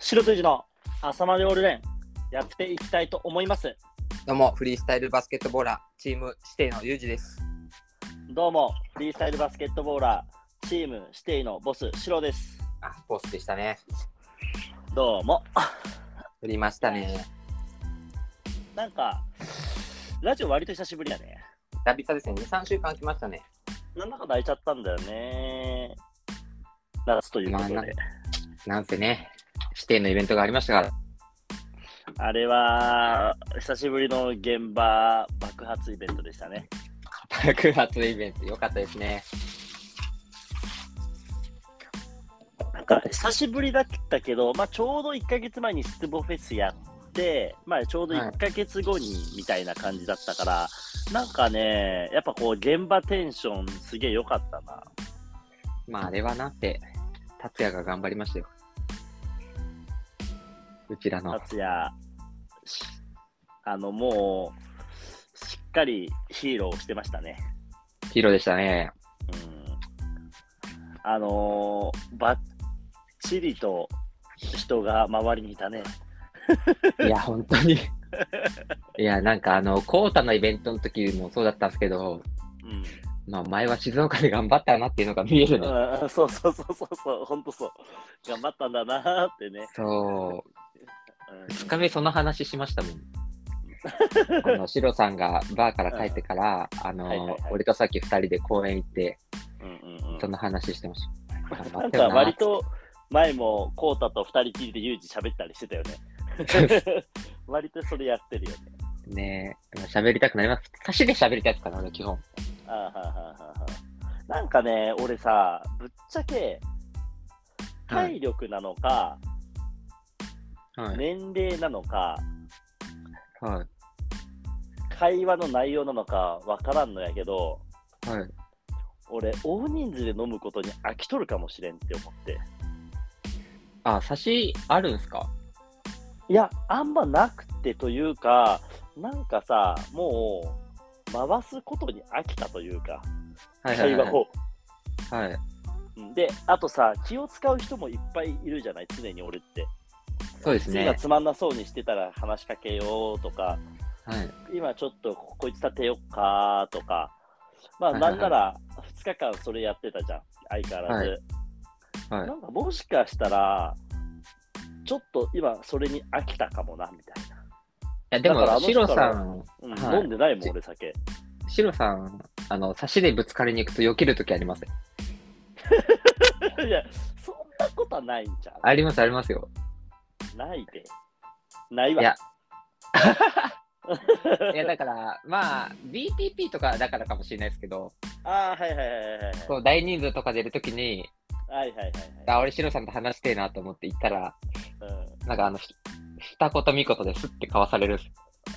白とじの朝までオールデンやっていきたいと思いますどうも、フリースタイルバスケットボーラー、チーム指定のゆうじです。どうもフリースタイルバスケットボーラーチーム指定のボス白ですあ、ボスでしたね。どうもあ振りましたね。なんかラジオ割と久しぶりだねラビタですね、2、3週間来ましたね。なんだか泣いちゃったんだよね夏ということで、まあなんせね、指定のイベントがありましたから。 あ、れは久しぶりの現場爆発イベントでしたね 爆発イベント、良かったですね。なんか久しぶりだったけど、まあ、ちょうど1ヶ月前にスツボフェスやって、まあ、ちょうど1ヶ月後にみたいな感じだったから、なんかね、やっぱこう現場テンションすげえ良かったな。まあ、あれはなって、達也が頑張りましたよ。うちらの。達也、しあのもうしっかりヒーローをしてましたね。ヒーローでしたね。うん、あのー、ばっちりと人が周りにいたね。いや、本当に。 いや、なんかあの、コータのイベントの時もそうだったんですけど、うんまあ、お前は静岡で頑張ったなっていうのが見えるね。うん、そうそうそうそうそう、本当そう。頑張ったんだなーってね。そう。うん2日目その話しましたも ん。あのシロさんがバーから帰ってから、あの、はいはいはい俺とさっき2人で公園行って、うんうんうんその話してましなんた。か割と前もコータと二人きりでユージ喋ったりしてたよ ね。割とそれやってるよね。ねえ、喋りたくなります。歌詞で喋りたいですから、俺基本。あーはーはーはーはーなんかね、俺さ、ぶっちゃけ体力なのか、はい。年齢なのか、は会話の内容なのかわからんのやけど、い。はい。俺、大人数で飲むことに飽きとるかもしれんって思って。あ、差しあるんすかいや、あんまなくてというか、なんかさ、もう、回すことに飽きたというか、はいはい会はい話を。はい。うんで、あとさ、気を使う人もいっぱいいるじゃない、常に俺って。そうです次がね。つまんなそうにしてたら話しかけようとか、はい。今ちょっとここいつ立てよっかとか、まあはいはいなはんいなら2日間それやってたじゃん、相変わらず。はいな。んかもしかしたら、ちょっと今それに飽きたかもな、みたいな。いや、でだからあのも、シ人ロはさん、うんはい飲んでないもん、俺酒。シロさん、あの、差しでぶつかりに行くと避けるときあります。 いや、そんなことはないんじゃあります、ありますよ。ん。ないで。ないわ。いやいや、だから、まあ、BTP とかだからかもしれないですけど、ああ、はいはいはいはいはい。そう大人数とか出るときに、はいはいはいはい。あ、俺、シロさんと話してえなと思って行ったら、うんなんかあの、ひ二言三言ですって交わされるんです。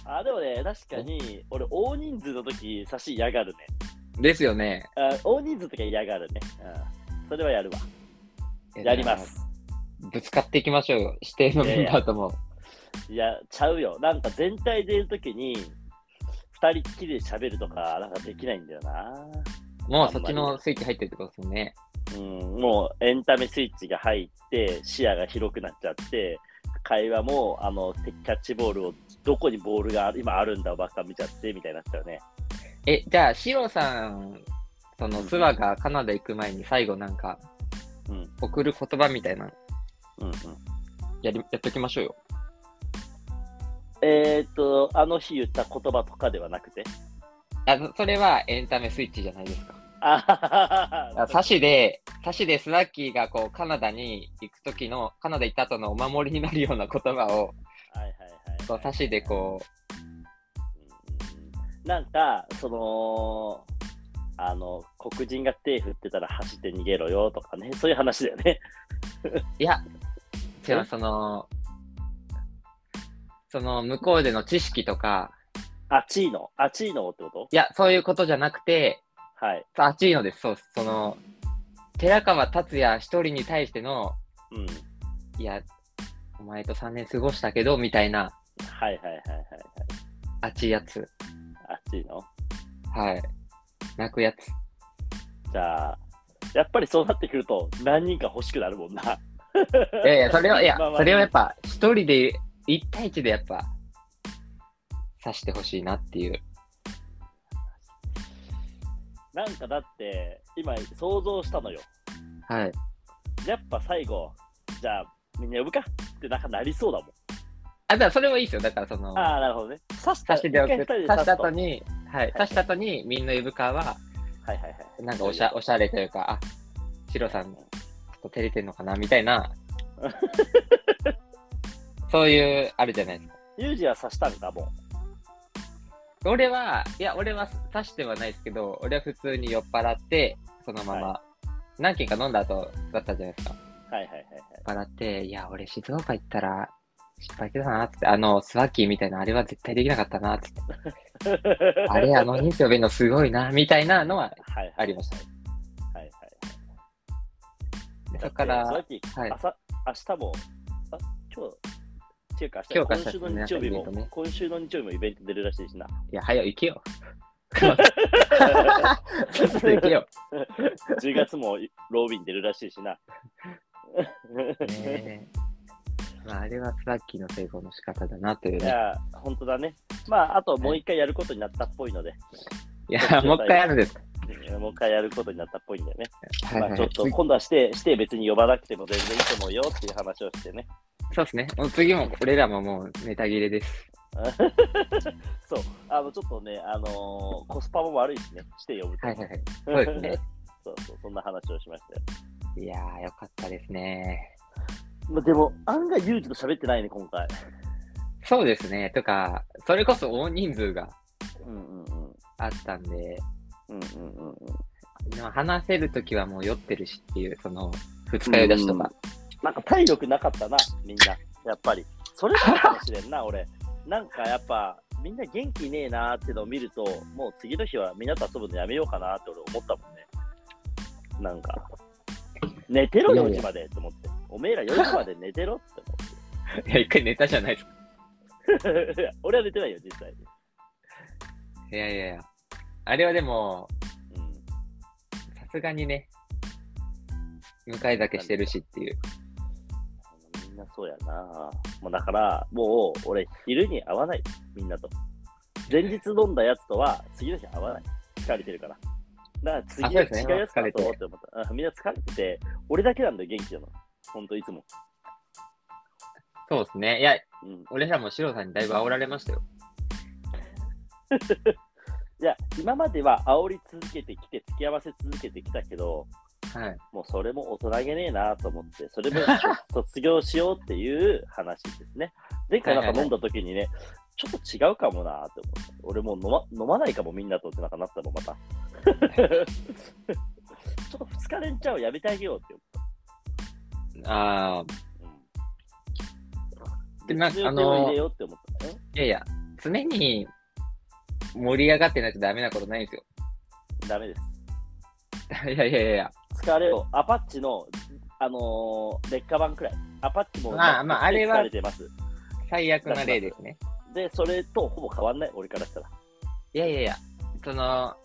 あーでもね、確かに、俺、大人数の時差し嫌がるね。ですよね。あー大人数の時は嫌がるね。うんそれはやるわ。やります。いや。ぶつかっていきましょうよ。指定のメンバーとも。いや、ちゃうよ。なんか全体でいる時に、二人っきりで喋るとか、なんかできないんだよな。もうそっちのスイッチ入ってるってことですよね。うん、もうエンタメスイッチが入って、視野が広くなっちゃって、会話もあのキャッチボールを、どこにボールがある今あるんだばっか見ちゃってみたいになっちゃうね。え、じゃあ、シロさん、その、うんツアーがカナダ行く前に最後なんか、うん送る言葉みたいなのうんうん、やり、やっときましょうよ。えーっと、あの日言った言葉とかではなくて。あそそれはエンタメスイッチじゃないですか。あはははあサシで、サシでスナッキーがこうカナダに行く時の、カナダ行った後のお守りになるような言は葉を、いはいはいそうサシでこうんなんか、その、あの、黒人が手振ってたら走って逃げろよとかね、そういう話だよね。 う、いや、違えう、その、その向こうでの知識とか、あチーノ、あチーノってこといや、そういうことじゃなくて、はい。あっちいのです、そうです。その、寺川達也一人に対しての、うん。いや、お前と3年過ごしたけど、みたいな、はいはいはいはい。あっちいやつ。あチーノ。はい。泣くやつ。じゃあ、やっぱりそうなってくると、何人か欲しくなるもんな。 いやいや、それは、いやまあま、あそれはやっぱ、一人で、一対一でやっぱ、刺してほしいなっていう。なんかだって、今想像したのよ。はい。やっぱ最後、じゃあみんな呼ぶかってなんかなりそうだもん。あ、だからそれもいいですよ。だからその、ああ、なるほどね。刺した刺してではなく一回刺二人でしたと後に、はい、刺した後に、みんな呼ぶかは、はいはいはい。なんかおしゃおしゃれというか、あ、シロさん、ちょっと照れてんのかなみたい な、そういう、あるじゃないですか。ユージは刺したんか、も俺は、いや、俺は刺してはないですけど、俺は普通に酔っ払って、そのまま、何軒か飲んだ後だったじゃないですか。う。はいはいはいはい。酔っ払って、いや、俺静岡行ったら、失敗だなっつって、あの、スワッキーみたいな、あれは絶対できなかっ たなっつって、あれ、あの人数呼べるのすごいな、みたいな のははいありました。はいはい。でそこから、だはっい、てはいさっき明日も、あ今日、違うか、今日か今週の日曜日明日ですもね、今週の日曜日もイベント出るらしいしな。いや、早い、行けよ。ちょっと行 けよ。 10月もロービン出るらしいしな。 ねえまあ、あれはスワッキーの成功の仕方だなといいうね。や、本当だね。まあ、あともう一回やることになったっぽいので、いや、もう一回あるんですか。もう一回やることになったっぽいんだよね。はいはいまはあ、いちょっと今度はして、して別に呼ばなくても全然いいと思うよっていう話をしてね。 そうですね。もう次も、俺らももうネタ切れです。そう、あの、ちょっとね、あのーコスパも悪いしね、して呼ぶと。はいはいはい。そうですね。 そうそう、そんな話をしましたよ。いやー、よかったですね。まあ、でも、案外、ユージと喋ってないね、今回。そうですね。とか、それこそ大人数がうんうんうん。あったんで、うんうんうんうん。でも話せるときはもう酔ってるしっていう、その、二日酔い出しとか。なんか体力なかったな、みんな。やっぱり。それなのかもしれんな、俺。なんかやっぱ、みんな元気ねえなーってのを見ると、もう次の日はみんなと遊ぶのやめようかなって俺思ったもんね。なんか、寝てろいやい4や時までって思って。おめえら4時まで寝てろっていや、一回ネタじゃないですか。思って。 俺は寝てないよ、実際に。いやいやいや。あれはでも、うん。さすがにね、迎え酒してるしっていう。みんなそうやな。もうだから、もう俺、昼に会わない、みんなと。前日飲んだやつとは、次の日会わない。疲れてるから。だから次あそはうです違ねうやつだと疲思っれて思った。うんみんな疲れてて、俺だけなんだよ、元気なの。ほんといつも。そうですね。いや、うん、い俺らもシロさんにだいぶ煽られましたよ。や、今までは煽り続けてきて、付き合わせ続けてきたけど、はい。もうそれも大人げねえなと思って、それ も卒業しようっていう話ですね。前回なんか飲んだ時にね、ちょっと違うかもなって思って、俺もう飲ま飲まないかもみんなとってなんかなったの、また。 ちょっと2日連チャンをやめてあげようってああ、思っでた。な別の予定を入あのれようって思った。えいやいや、常に盛り上がってないとダメなことないんですよ。 ダメです。いやいやいやいや。疲れを、アパッチの、あのー劣化版くらい。アパッチも、まあまああれは疲れてます。最悪な例ですね。で、それとほぼ変わんない、俺からしたら。いやいやいや、その、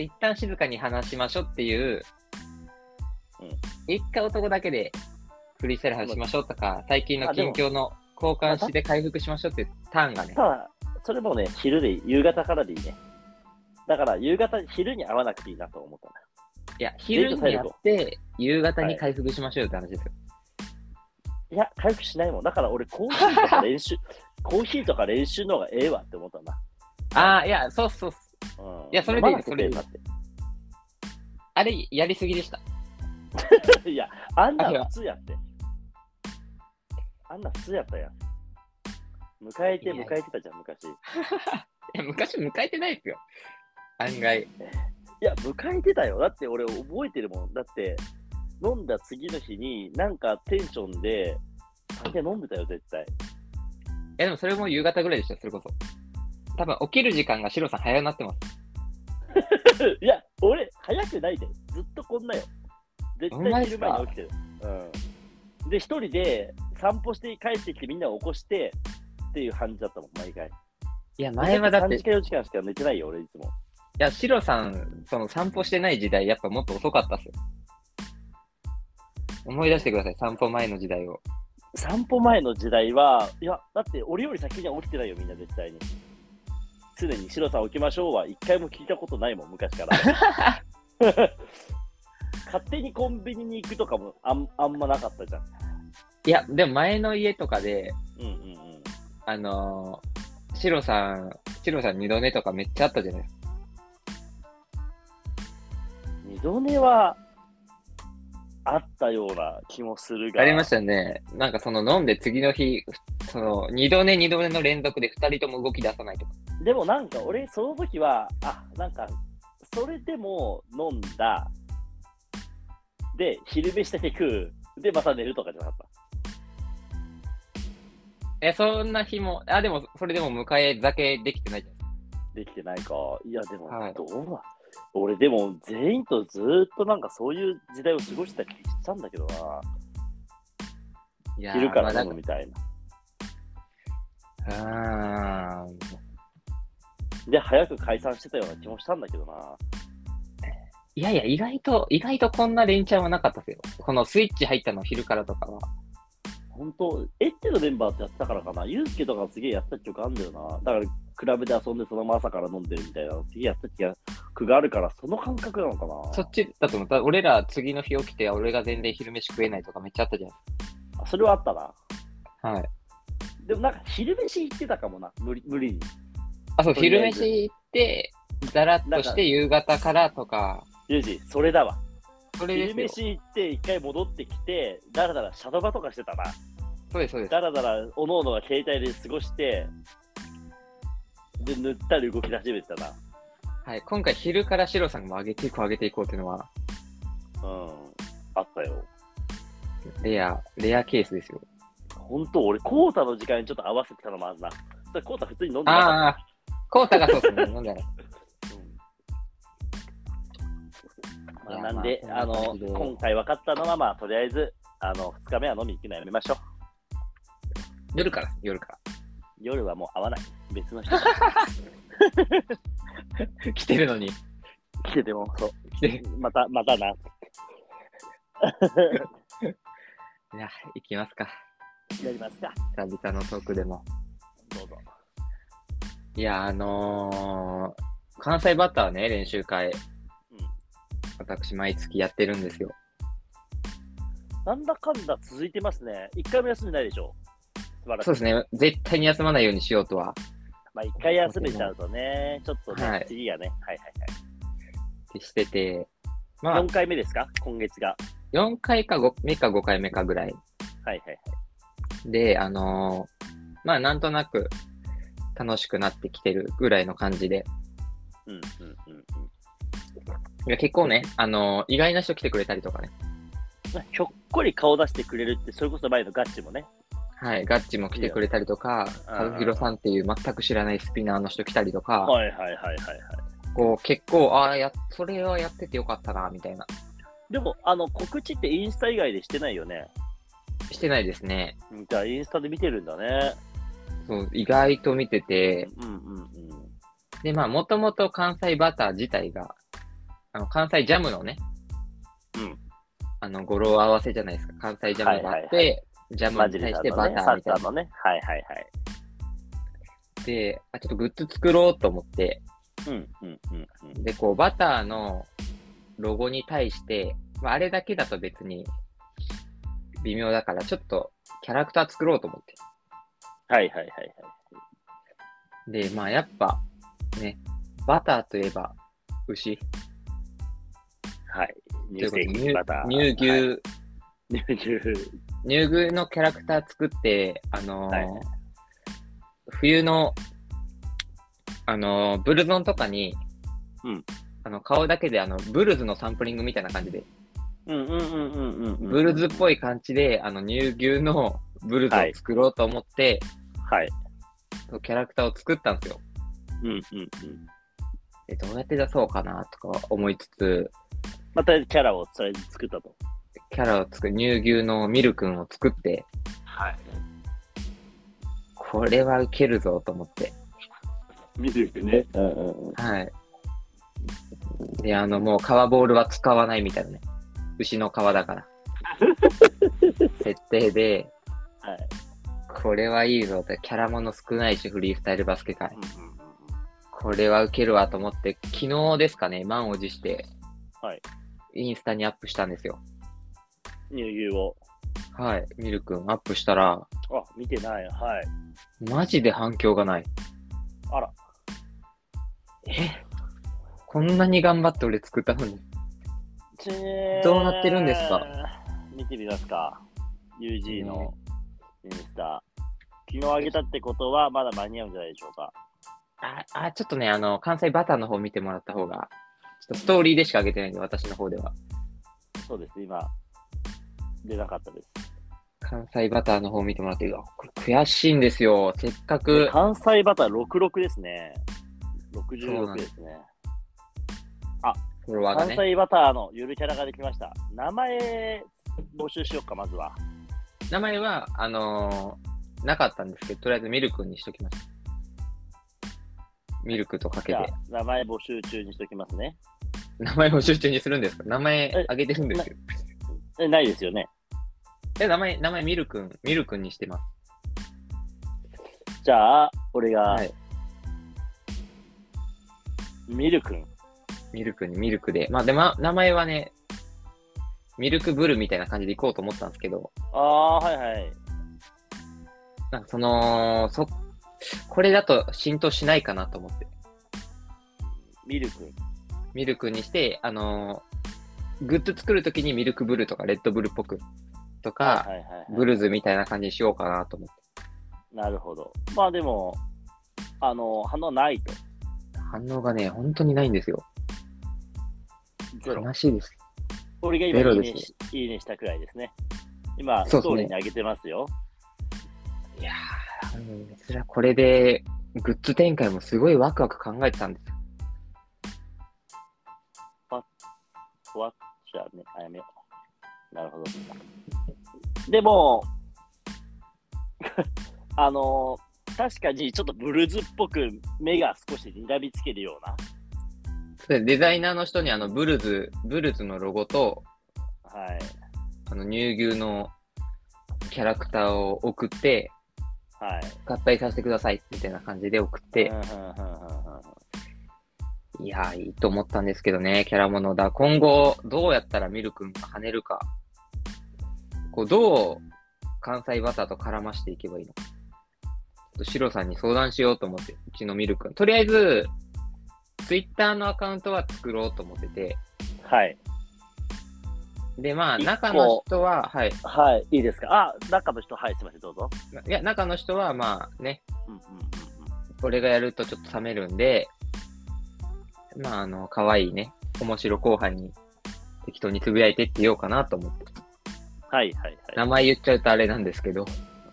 一旦静かに話しましょうっていう、うん一回男だけでフリースタイル話しましょうとか、最近の近況の交換して回復しましょうっていうターンがねた、だ、それもね、昼でいい、夕方からでいいね。だから、夕方、昼に会わなくていいなと思ったないや、昼にやって、夕方に回復しましょうよって話ですよ。いや、回復しないもん。だから、俺、コーヒーとか練習、 コーヒーとか練習の方がええわって思ったな。ああ、いや、そうそうそう。うん、いやそれでい飲いまなくてええなっあれ、やりすぎでした。 て。いや、あんなあいや普通やって。あんな普通やったやん。迎えて、いや迎えてたじゃん、昔。いいや、昔迎えてないですよ。案外。や、迎えてたよ。だって、俺、覚えてるもん。だって、飲んだ次の日に、なんかテンションで、酒飲んでたよ、絶対。え、でもそれも夕方ぐらいでしたよ、それこそ。多分起きる時間がシロさん早くなってます。いや、俺、早くないで。ずっとこんなよ。絶ほんま対です昼か前に起きてる。うん。で、一人で散歩して帰ってきてみんなを起こしてっていう感じだったもん、毎回。いや、前はだって、 3時間4時間しか寝てないよ、俺いつも。いや、シロさん、その散歩してない時代、やっぱもっと遅かったっすよ。思い出してください、散歩前の時代を。散歩前の時代は、いや、だって俺より先には起きてないよ、みんな絶対に。常に白さん起きましょうは一回も聞いたことないもん、昔から。 勝手にコンビニに行くとかもあんあんまなかったじゃん。いや、でも前の家とかで、うんうんうん。あのー、シロさん、シロさん二度寝とかめっちゃあったじゃないですか。二度寝はあったような気もするが。ありましたよね。なんかその飲んで次の日、その二度寝二度寝の連続で二人とも動き出さないとか。でもなんか俺、その時は、あ、なんか、それでも飲んだ。で、昼飯だけ食う。で、また寝るとかじゃなかっえ、そんな日も、あ、でもそれでも迎え酒できてないじゃないですか。た。できてないか。いや、でもはい、どうな、俺、でも、全員とずーっとなんかそういう時代を過ごしてたりしたんだけどいやな。ー昼かまあらな飲んむかみたいな。あーで、早く解散してたような気もしたんだけどな。いやいや、意外と、意外とこんな連チャンはなかったですよ。このスイッチ入ったの昼からとかは。本当エッテのメンバーってやってたからかな。ユースケとかすげえやってた曲あんだよな。だから、クラブで遊んでそのまま朝から飲んでるみたいなのすげえやってた曲があるから、その感覚なのかな。そっちだと思った。俺ら次の日起きて、俺が全然昼飯食えないとかめっちゃあったじゃないであそれはあったな。すか。はい。でもなんか昼飯行ってたかもな。無理無理に。あ、そう、とり昼あえず飯行って、だらっとして夕方からとか、ユージ、それだわ。それ昼ですよ。飯行って、一回戻ってきて、だらだらシャドバとかしてたな。そうです、そうです。だらだら、おのおのが携帯で過ごして、で、塗ったり動き始めてたな。はい。今回昼からシロさんも上げていこう、上げていこうっていうのは、うん。あったよ。レア、レアケースですよ。本当俺、コータの時間にちょっと合わせてたのもあるな。それコータ普通に飲んでなかったああ、コータがそうですね。なんだろまあいやなんで、まああそんなの感じで今回分かったのは、まあ、とりあえずあの2日目は飲み行くのやめましょう。夜から、夜から。夜はもう会わない。別の人が来てるのに。来てても、そう来てる。また、またな。いや、行きますか。やりますか。久々のトークでも。どうぞ。いや、あのー関西バッターね、練習会、私、毎月やってるんですよ。なんだかんだ続いてますね。1回も休んでないでしょ。素晴らしい。そうですね、絶対に休まないようにしようとは、まあ、1回休めちゃうとね、ちょっとね、はい次がね、はいはいってしてて、まはい。あ4、回目ですか、今月が。 4回か5目か5回目かぐらいはいはいで、あのーまあ、なんとなく楽しくなってきてるぐらいの感じで、はい。うんうんうんいや結構ね、あのー意外な人来てくれたりとかね、うん。ひょっこり顔出してくれるって、それこそ前のガッチもね。はい、ガッチも来てくれたりとか、うん和弘さんっていう全く知らないスピナーの人来たりとか、はいはいはいはいはい。こう結構、ああ、やそれはやっててよかったな、みたいな。でも、あの、告知ってインスタ以外でしてないよね。してないですね。じゃあ、インスタで見てるんだね。そう意外と見てて、うんうんうん。で、まあ、もともと関西バター自体が、あの関西ジャムのね、うんあの語呂合わせじゃないですか。関西ジャムがあって、はいジャムマにジレ対さしんてのバね、タサーッみカたいーな。のね。はいはいはい。で、あ、ちょっとグッズ作ろうと思って、うんうんうんうん。で、こう、バターのロゴに対して、まあ、あれだけだと別に微妙だから、ちょっとキャラクター作ろうと思って。はいはいはいはい。で、まあやっぱね、バターといえば牛はい。とい乳うことで製品バター。乳牛、はい乳牛。乳牛のキャラクター作って、あのーはいはい冬の、あのーブルゾンとかに、うんあの顔だけであのブルズのサンプリングみたいな感じで、うんうんうんうんうんうん。ブルズっぽい。い感じであの乳牛のブルズを作ろうと思って、はい。そうキャラクターを作ったんですよ。うんうんうん。でどうやって出そうかなとか思いつつ、まあとりあえずキャラをそれで作ったと。キャラを作る乳牛のミル君を作って、はい。これはウケるぞと思って。ミルクね。うんうんうん。はい。 で、あの、もう革ボールは使わないみたいなね。牛の革だから。設定で、はい。これはいいぞって、キャラもの少ないし、フリースタイルバスケ界う。んうんうんうんこれはウケるわと思って、昨日ですかね、満を持して、はいインスタにアップしたんですよ。乳牛を。はい、ミル君、アップしたら、あ、見てない。はい。マジで反響がない。あら。えこんなに頑張って俺作ったのに。ちぇーどうなってるんですか見てみますか。UG のインスタ。昨日あげたってことは、まだ間に合うんじゃないでしょうか。あ、あ、ちょっとね、あの、関西バターの方見てもらった方が、ちょっとストーリーでしか上げてないんで、私の方では。そうです、今。出なかったです。関西バターの方見てもらって、うわ、これ悔しいんですよ。せっかく、関西バター66ですね。そうな66んでですね。フォロワーが関ね。西バターのゆるキャラができました。名前募集しようか、まずは。名前は、あのーなかったんですけど、とりあえずミルクにしときました。ミルクとかけじゃあて。、名前募集中にしときますね。名前を集中にするんですか名前えあげてるんですけど。え、ないですよね。え、名前、名前ミルクン、ミルクンにしてます。じゃあ、俺が、はいミル君。ミルクにミルクで。まあ、でも、ま名前はね、ミルクブルみたいな感じでいこうと思ったんですけど、ああ、はいはい。なんかその、そ、これだと浸透しないかなと思って。ミル君。ミルクにして、あのーグッズ作るときにミルクブルとかレッドブルっぽくとはか、いはいはい、ブルズみたいな感じにしようかなと思って。なるほど。まあでも、あの、反応ないと。反応がね、本当にないんですよ。ゼロ。悲しいです。俺が今ゼロいいですねし、いいねしたくらいですね。今、そスうですねトーリーに上げてますよ。いやー、うんそれはこれで、グッズ展開もすごいワクワク考えてたんですよ。ふわっちゃね、あやめよう。なるほど。でも、 あの確かにちょっとブルーズっぽく目が少しにらみつけるような。それでデザイナーの人にあの、ブルズ、ブルズのロゴと、はい。あの、乳牛のキャラクターを送って、はい。合体させてください、みたいな感じで送ってうん、うんうんうんうんいやー、いいと思ったんですけどね、キャラものだ。今後、どうやったらミル君が跳ねるか、こう、どう関西バターと絡ましていけばいいのか。ちょっとシロさんに相談しようと思って、うちのミル君。とりあえず、ツイッターのアカウントは作ろうと思ってて、はい。で、まあ、一個中の人は、はい。はい。いいですか。あ、中の人、はい、すみません、どうぞ。いや、中の人は、まあね、うんうんうん俺がやるとちょっと冷めるんで、まあ、あの、可愛いね、面白後輩に適当につぶやいてって言おうかなと思って。はいはいは名い。前言っちゃうとあれなんですけど、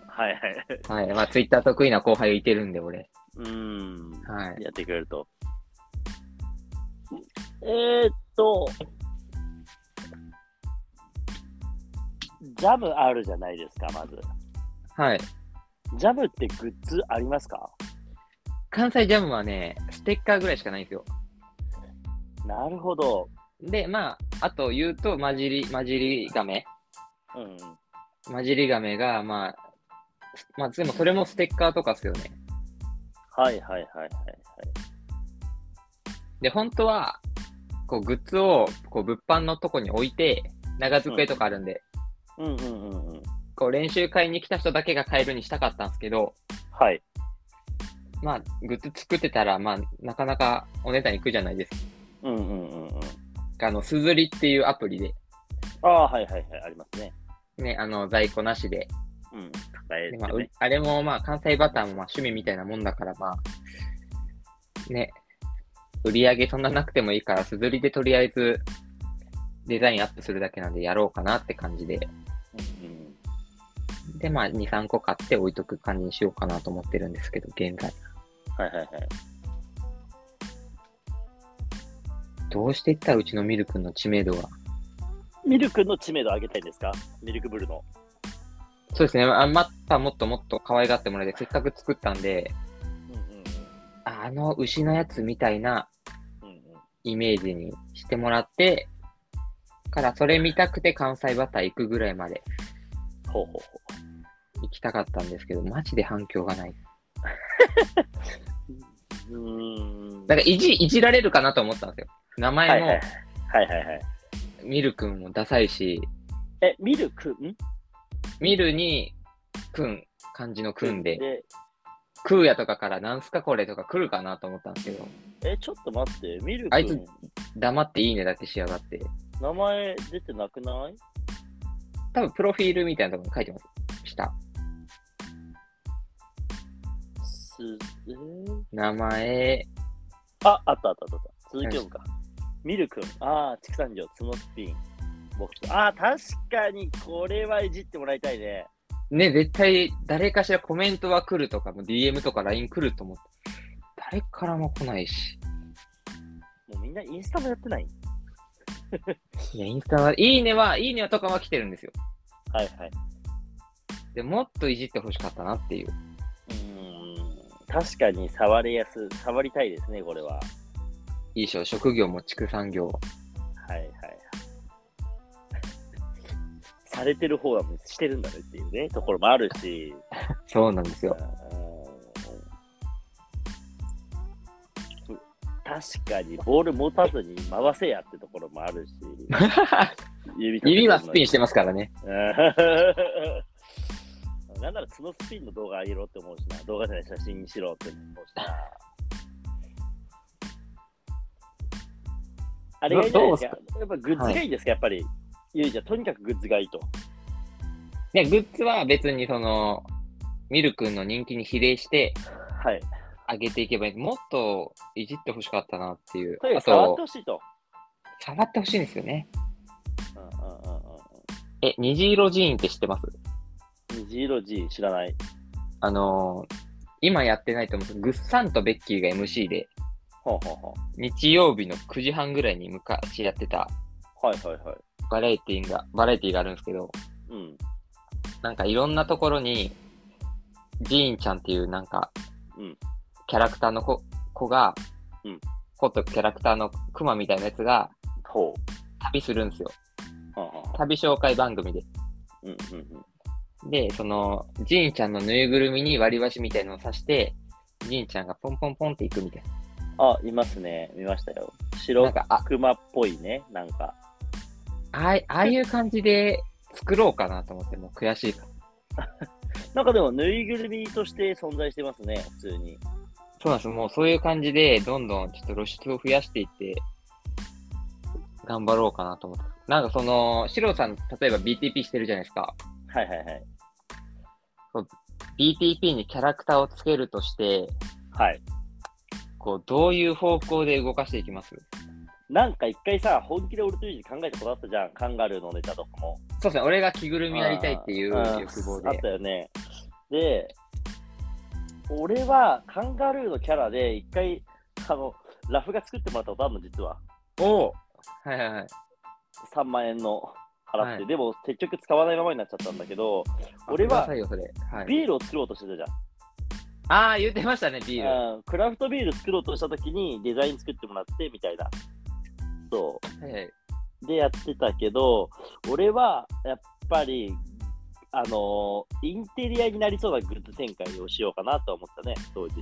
はいはい。はい。まあ、ツイッター得意な後輩いてるんで、俺。うーん。はい。やってくれると。えー、っと、ジャムあるじゃないですか、まず。はい。ジャムってグッズありますか関西ジャムはね、ステッカーぐらいしかないんですよ。なるほど。で、まあ、あと言うと、混じり、混じり亀うん。混じり亀が、まあ、まあ、でもそれもステッカーとかっすよね。はいはいはいはい。で、本当は、こう、グッズを、こう、物販のとこに置いて、長机とかあるんで、うんうんうんうん。こう、練習会に来た人だけが買えるにしたかったんですけど、はい。まあ、グッズ作ってたら、まあ、なかなかお値段いくじゃないですか。うんうんうんうん。あの、すずりっていうアプリで、ああ、はいはいはい。ありますね。ね、あの、在庫なしで。うん。高いででますあ、ようね。あれも、まあ、関西バターもまあ趣味みたいなもんだから、まあ、ね、売り上げそんななくてもいいから、すずりでとりあえず、デザインアップするだけなんでやろうかなって感じで。うんうんで、まあ、2、3個買って置いとく感じにしようかなと思ってるんですけど、現在。はいはいはい。どうしていったらうちのミルクの知名度が。ミルクの知名度上げたいんですかミルクブルの。そうですね、あまたもっともっと可愛がってもらえて、せっかく作ったんで、うんうああの牛のやつみたいなんうん。うんうん。イメージにしてもらって、からそれ見たくて関西バター行くぐらいまでほうほうほ行きたかったんですけど、マジで反響がない。う。うーん。なんかいじいじられるかなと思ったんですよ。名はい前はいも、はいはいはい。ミルくんもダサいし、え、ミルクんミルに、くん、漢字のくんで、で。クーヤとかからなんすかこれとか来るかなと思ったんですけど、え、ちょっと待って、ミルあいつク黙っていいねだけしやがって、名前出てなくない多分プロフィールみたいなところに書いてます。下。す、えー名前、あ、あったあったあったあった。鈴木君か。ミル君。ああ、畜産業、ツノスピン。僕ああ、確かにこれはいじってもらいたいね。ね、絶対誰かしらコメントは来るとか、もう DM とか LINE 来ると思って、誰からも来ないし。もうみんなインスタもやってない。いや、インスタは、いいねは、いいねはとかは来てるんですよ。はいはい。でもっといじってほしかったなっていう。うーん、確かに触れやす、触りたいですね、これは。いいでしょ、職業も畜産業。はいはいはい。されてる方はしてるんだねっていうね、ところもあるし。そうなんですよ。うんうん確かにボール持たずに回せやってところもあ るし指指はスピンしててますからね。 なんなら角スピンの動画あげろって思うしな動画じゃない写真にしろって思うしなあれがいいんじゃないですかやっぱグッズがいいですか、やっぱりゆいじゃんとにかくグッズがいいとで、グッズは別にその、ミル君の人気に比例してはい上げていけばいい。もっといじってほしかったなっていう。とにかあく触っとて、ほしいと、触ってほしいんですよね。うんうんうんうんえ、虹色ジーンって知ってます虹色 G 知らない。あのー今やってないと思うけどぐっさんとベッキーが MC で、ほうほうほ日曜日の9時半ぐらいに昔やってたう。はいはいはい。バラエティーが、バラエティーがあるんですけど、うん。なんかいろんなところに、ジーンちゃんっていうなんか、うんキャラクターの子子が、うん子とキャラクターのクマみたいなやつがほう。旅するんですよ。はんはんは旅紹介番組で。んうんうんうん。で、その、ジーンちゃんのぬいぐるみに割り箸みたいのを刺して、ジーンちゃんがポンポンポンっていくみたいな。あ、いますね。見ましたよ。な白んかあ熊っぽいね。なんか。ああああいう感じで作ろうかなと思って、もう悔しいから。なんかでも、ぬいぐるみとして存在してますね。普通に。そうなんです。もうそういう感じで、どんどんちょっと露出を増やしていって、頑張ろうかなと思って。なんかその、シロさん、例えば BTP してるじゃないですか。はいはいはい。 BTP にキャラクターをつけるとして、はい。こう、どういう方向で動かしていきますなんか一回さ、本気で俺とユージ考えたことあったじゃん。カンガルーのネタとかも。そうですね。俺が着ぐるみやりたいっていうあー欲望あっでた。よね。で、俺はカンガルーのキャラで一回、あの、ラフが作ってもらったことあるの、実は。おはいはいはい。 3万円の払って、はいでも結局使わないままになっちゃったんだけど、俺はあくださいよそれはい、ビールを作ろうとしてたじゃん。ああ、言ってましたね、ビール。うんクラフトビール作ろうとした時にデザイン作ってもらってみたいな。そ。はいはいうでやってたけど、俺はやっぱり、あのーインテリアになりそうなグッズ展開をしようかなとは思ったね、当時。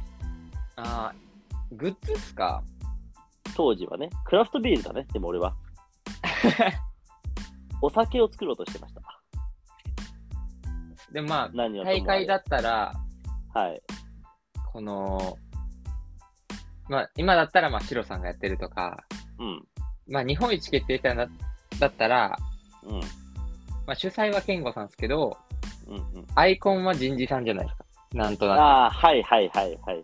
ああ、グッズっすか当時はね、クラフトビールだね、でも俺 は。お酒を作ろうとしてました。で、ま何あ、をともあれ大会だったら、はい。この、まあ、今だったら、まあ、シロさんがやってるとか、うん。まあ、日本一決定戦だだったら、うん。まあ、主催は健吾さんですけど、うん、うん。アイコンは人事さんじゃないですか。なんとなああ、はいはいはいはいはい。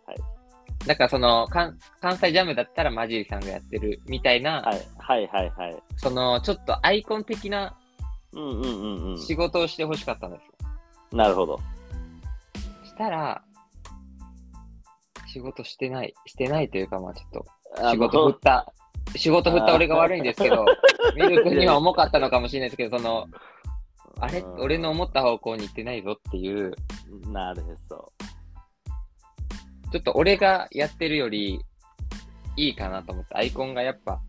く。だから、その、関関西ジャムだったら、まじりさんがやってるみたいな、はいはいはいはい。その、ちょっとアイコン的なうんうんうん仕事をしてほしかったんですよ。うん。なるほど。したら、仕事してない、してないというか、まあ、ちょっと、あ仕事振った、仕事振った俺が悪いんですけ ど、ミルクには重かったのかもしれないですけど、その、あれうん俺の思った方向に行ってないぞっていう、なるへそ。ちょっと俺がやってるよりいいかなと思って、アイコンがやっぱ、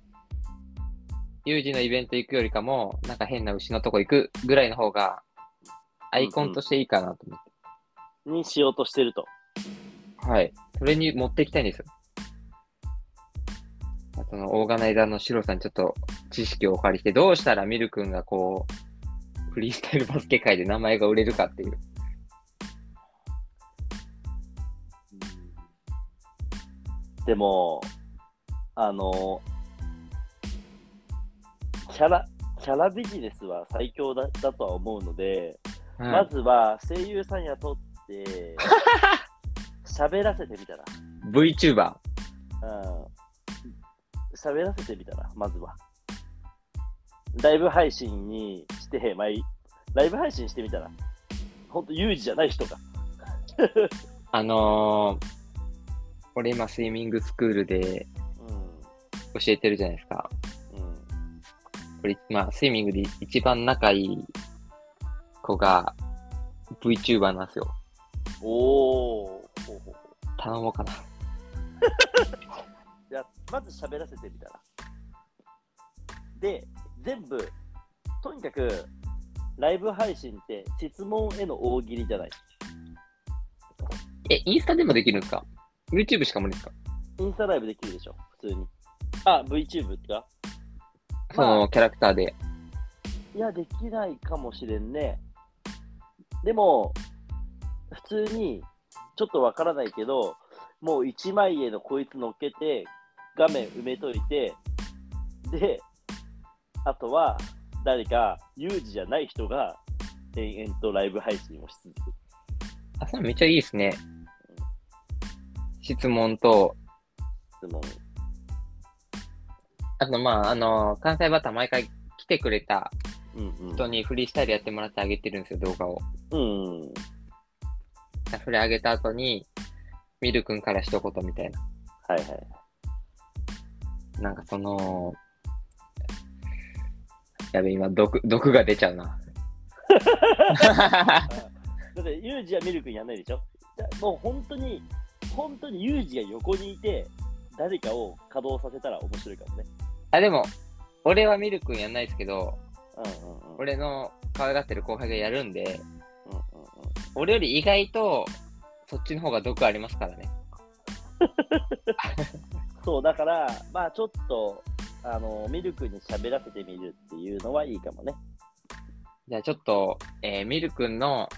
有事のイベント行くよりかも、なんか変な牛のとこ行くぐらいの方が、アイコンとしていいかなと思って。にしようとしてると。はい。それに持っていきたいんですよ。そのオーガナイザーのシロさんにちょっと知識をお借りして、どうしたらミル君がこう、フリースタイルバスケ界で名前が売れるかっていう。でも、あの、キャラ、キャラビジネスは最強だだとは思うので、うんまずは声優さん雇っ て、喋らせてみたら。 VTuber。うん喋らせてみたら、まずは。ライブ配信にして、まあいいライブ配信してみたら、ほんと有事じゃない人が。あのー、俺今スイミングスクールでう教えてるじゃないですか。ん。うん。これ、まあ、スイミングで一番仲いい子が VTuber なんですよ。おー。ほうほうほう頼もうかな。いや、まず喋らせてみたら。で、全部、とにかく、ライブ配信って質問への大喜利じゃない。え、インスタでもできるんですか ?YouTube しか無理ですかインスタライブできるでしょ、普通に。あ、VTube ってかそのキャラクターで。いや、できないかもしれんね。でも、普通に、ちょっとわからないけど、もう一枚絵のこいつ乗っけて、画面埋めといて、で、あとは、誰か、有事じゃない人が、延々とライブ配信をし続ける。あ、それめっちゃいいですね。質問と、質問。あと、まあ、あの関西バター毎回来てくれたうんうん。人にフリースタイルやってもらってあげてるんですよ、動画を。うんうん。それあげた後に、ミル君から一言みたいな。はいはい。なんかその、やべ、今、毒、毒が出ちゃうな。だって、ユージはミルクにやんないでしょじゃもう本当に、本当にユージが横にいて、誰かを稼働させたら面白いかもね。あ、でも、俺はミル君やんないですけど、うんうんうん。俺の可愛がってる後輩がやるんで、うんうんうん俺より意外と、そっちの方が毒ありますからね。そう、だから、まあちょっと、あの、ミルクに喋らせてみるっていうのはいいかもね。じゃあちょっと、えーミル君の、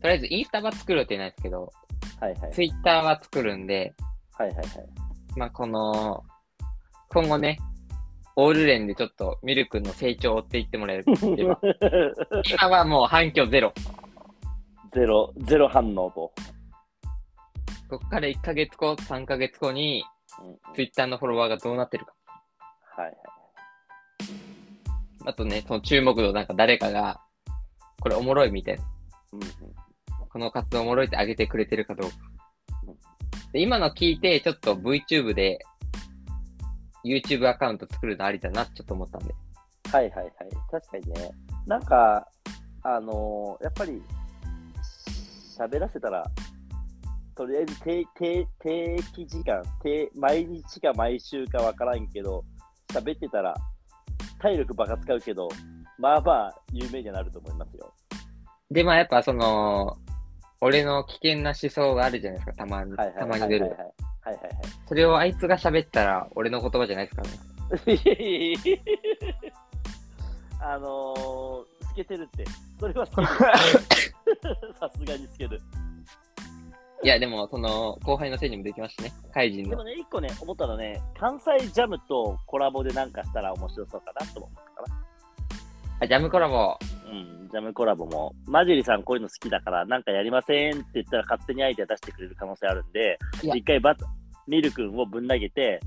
とりあえずインスタは作るってないですけど、はいはい。ツイッターは作るんで、はいはいはい。まあ、この、今後ね、オール連でちょっとミル君の成長を追っていってもらえれば。今はもう反響ゼロ。 ゼロ、ゼロ反応と。ここから1ヶ月後、3ヶ月後に、うんうんはいツイッターのフォロワーがどうなってるか。はい。あとね、その注目度なんか誰かが、これおもろいみたいな。うんうんこの活動おもろいって上げてくれてるかどうかうん。で今の聞いて、ちょっと VTube で、YouTube アカウント作るのありだなってちょっと思ったんで。はいはいはい。確かにね。なんか、あのやっぱり、喋らせたら、とりあえず定定定期時間定、毎日か毎週かわからんけど、喋ってたら、体力バカ使うけど、まあまあ、有名にはなると思いますよ。で、まあやっぱその、俺の危険な思想があるじゃないですか、たまに。はいはいたはまいはにい出はいる。それをあいつが喋ったら、俺の言葉じゃないですからね。はいはい。あのー、透けてるって。それは 透けてる。さすがに透ける。いや、でも、その、後輩のせいにもできますしね。怪人でのも。ね、一個ね、思ったのね、関西ジャムとコラボでなんかしたら面白そうかなと思ったかあ、ジャムコラボ。な。うん、ジャムコラボも、マジリさんこういうの好きだから、なんかやりませんって言ったら勝手にアイデア出してくれる可能性あるんで、いや一回バッ、ミル君をぶん投げて、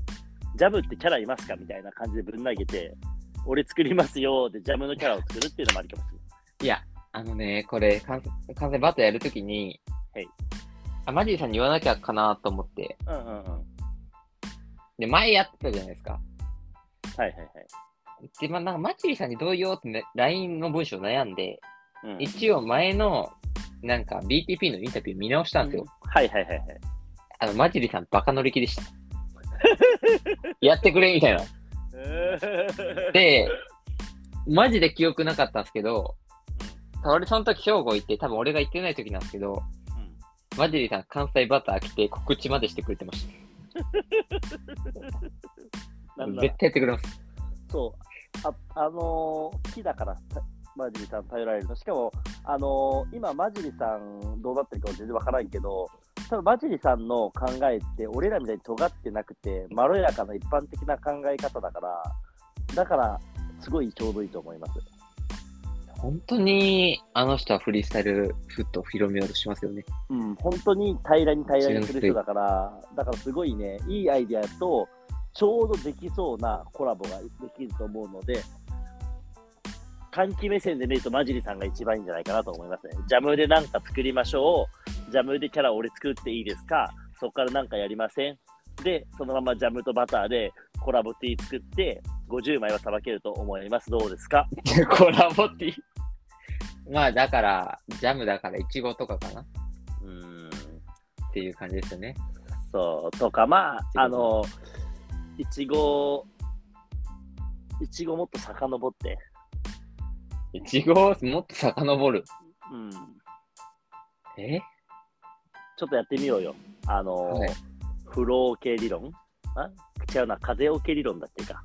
ジャムってキャラいますかみたいな感じでぶん投げて、俺作りますよでジャムのキャラを作るっていうのもありかもしれない。いや、あのね、これ、関関西バトやるときに、はいあ、マジーさんに言わなきゃかなと思って。うんうんうん。はいで、前やってたじゃないですか。はいはい。で、まあ、なんか、マジーさんにどう言おうって、ね、LINE の文章悩んで、うん、一応前の、なんか、BTP のインタビュー見直したんですよ。はいはいはいはい。 あの、マジーさん、バカ乗り気でした。やってくれ、みたいな。うんで、マジで記憶なかったんですけど、たわりその時兵庫行って、多分俺が行ってない時なんですけど、うんマジでさん関西バター来て告知までしてくれてました。なんなら絶対やってくれます。そう、あ、あのー好きだから、たマジリさん頼られるの。しかも、あのー今、マジリさんどうなってるかも全然わからんけど、多分マジリさんの考えって、俺らみたいに尖ってなくて、まろやかな一般的な考え方だから、だから、すごいちょうどいいと思います。本当にあの人はフリースタイルフットを広めようとしますよね。うん、本当に平らに平らにする人だから、だからすごいね、いいアイディアと、ちょうどできそうなコラボができると思うので、短期目線で見ると、マジリさんが一番いいんじゃないかなと思いますね。ジャムでなんか作りましょう。ジャムでキャラ俺作っていいですかそこからなんかやりませんで、そのままジャムとバターでコラボティー作って、50枚はさばけると思います。どうですか コラボティまあだから、ジャムだからイチゴとかかなっうーん、ていう感じですよね。そう、とか、まあ、あいちごの、いちご、いちごもっと遡って、イチゴをもっと遡る。うん、ちえょっとやってみようよ。あの、はいフロー系理論あ違うな、風受け理論だってか。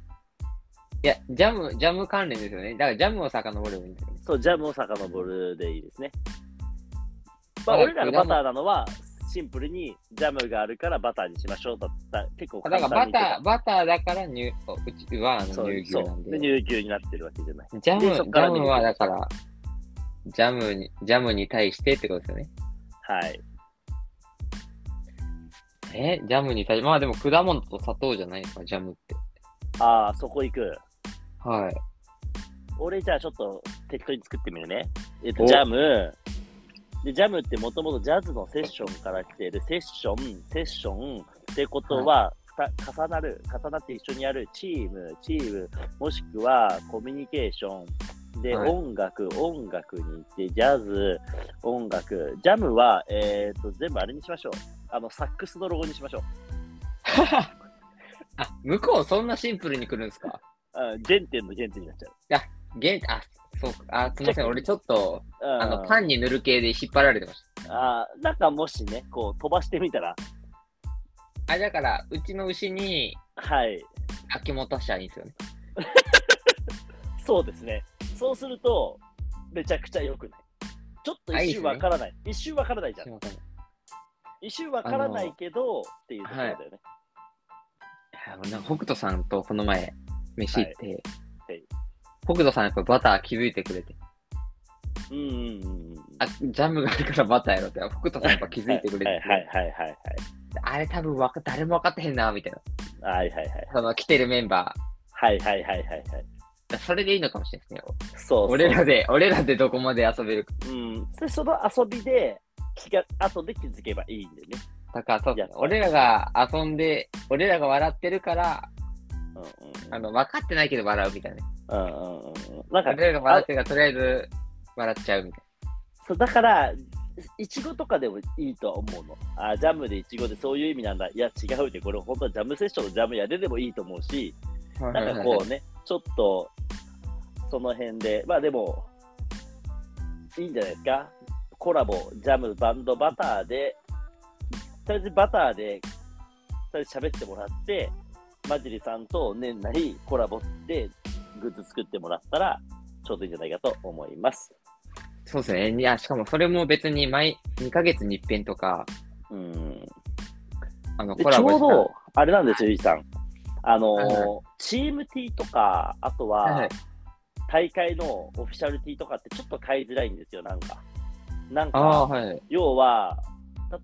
いや、ジャム、ジャム関連ですよね。だからジャムを遡ればいいんですよね。そう、ジャムを遡るでいいですね。まあ、はい俺らのバターなのは、シンプルにジャムがあるからバターにしましょうだった。結構あだ簡から単にいけバたター、バターだから乳、うちはあのそう乳牛なんそう。で、で。乳牛になってるわけじゃない。ジャム、ジでそっからャムはだから、ジャムに、ジャムに対してってことですよね。はい。えジャムに対して、まあでも果物と砂糖じゃないですか、ジャムって。ああ、そこ行く。はい。俺じゃあちょっと適当に作ってみるね。えっと、おジャム。で、ジャムってもともとジャズのセッションから来てる。セッション、セッションってことは、ふた重なる、重なって一緒にやるチーム、チーム、もしくはコミュニケーション。で、はい音楽、音楽に行って、ジャズ、音楽。ジャムは、えっと、全部あれにしましょう。あの、サックスのロゴにしましょう。あ、向こうそんなシンプルに来るんですかうん、原点の原点になっちゃう。現、あ、そうか。あ、すみません。俺ちょっと、うん、あの、パンに塗る系で引っ張られてましあーなんかもしね、こう、飛ばしてみたら、た。あ、だから、うちの牛に、はい、秋元社いいんですよね。そうですね。そうすると、めちゃくちゃ良くない。ちょっとあいい一です瞬ねわからない。一瞬わからないじゃすんみ。ません。一瞬わからないけど、っていうところだよね。あ俺なんか北斗さんとこの前、飯行って、はい北斗さんやっぱバター気づいてくれて、うんうんうんうん。あ、ジャムがあるからバターやろって、北斗さんやっぱ気づいてくれて、 はいはいはいはいあれ多分わか誰も分かってへんな、みたいな。はい。はいはいはい。その来てるメンバはいはいはいはいはい。ー、それでいいのかもしれないですね。そうそう。俺らで、俺らでどこまで遊べるか。うん。で、その遊びで、気が、後で気づけばいいんでね。だからそうですねいや俺らが遊んで、俺らが笑ってるから、うんうん。あの、分かってないけど笑うみたいな。うんうんうんうん。なんか、俺らが笑ってるから、とりあえず笑っちゃうみたいそうだから、いちごとかでもいいとは思うの。あジャムでいちごでそういう意味なんだ。いや、違うで、これ本当はジャムセッションのジャムやででもいいと思うし、な。なんかこうね、ちょっと、その辺で、まあでも、いいんじゃないですか。コラボ、ジャム、バンド、バターで、とりあえずバターで、とりあえず喋ってもらって、マジリさんと年内コラボって、グッズ作ってもらったら、ちょうどいいんじゃないかと思います。そうですね。いや、しかもそれも別に毎、2ヶ月に一遍とか、うん。あの、でコちラボょうしたらど、あれなんですよ、ゆいさん。あのーはいはチーム T とか、あとはいは、はい大会のオフィシャル T とかってちょっと買いづらいんですよ、なんか。なんああ、か、はい。要は、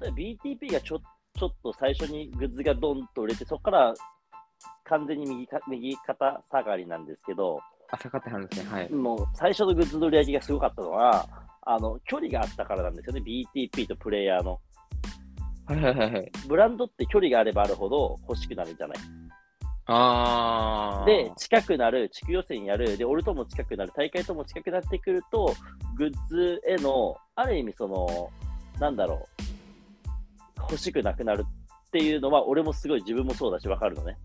例えば BTP がちょちょっと最初にグッズがドンと売れて、そこから完全に右か右肩下がりなんですけど、朝方なんですね。はい。もう最初のグッズの売り上げがすごかったのは、あの距離があったからなんですよね、BTP とプレイヤーの。はいはいはいはい。ブランドって距離があればあるほど欲しくなるじゃないああ。で、近くなる、地区予選やる、で、俺とも近くなる、大会とも近くなってくると、グッズへの、ある意味、その、なんだろう、欲しくなくなるっていうのは、俺もすごい自分もそうだし、わかるのね。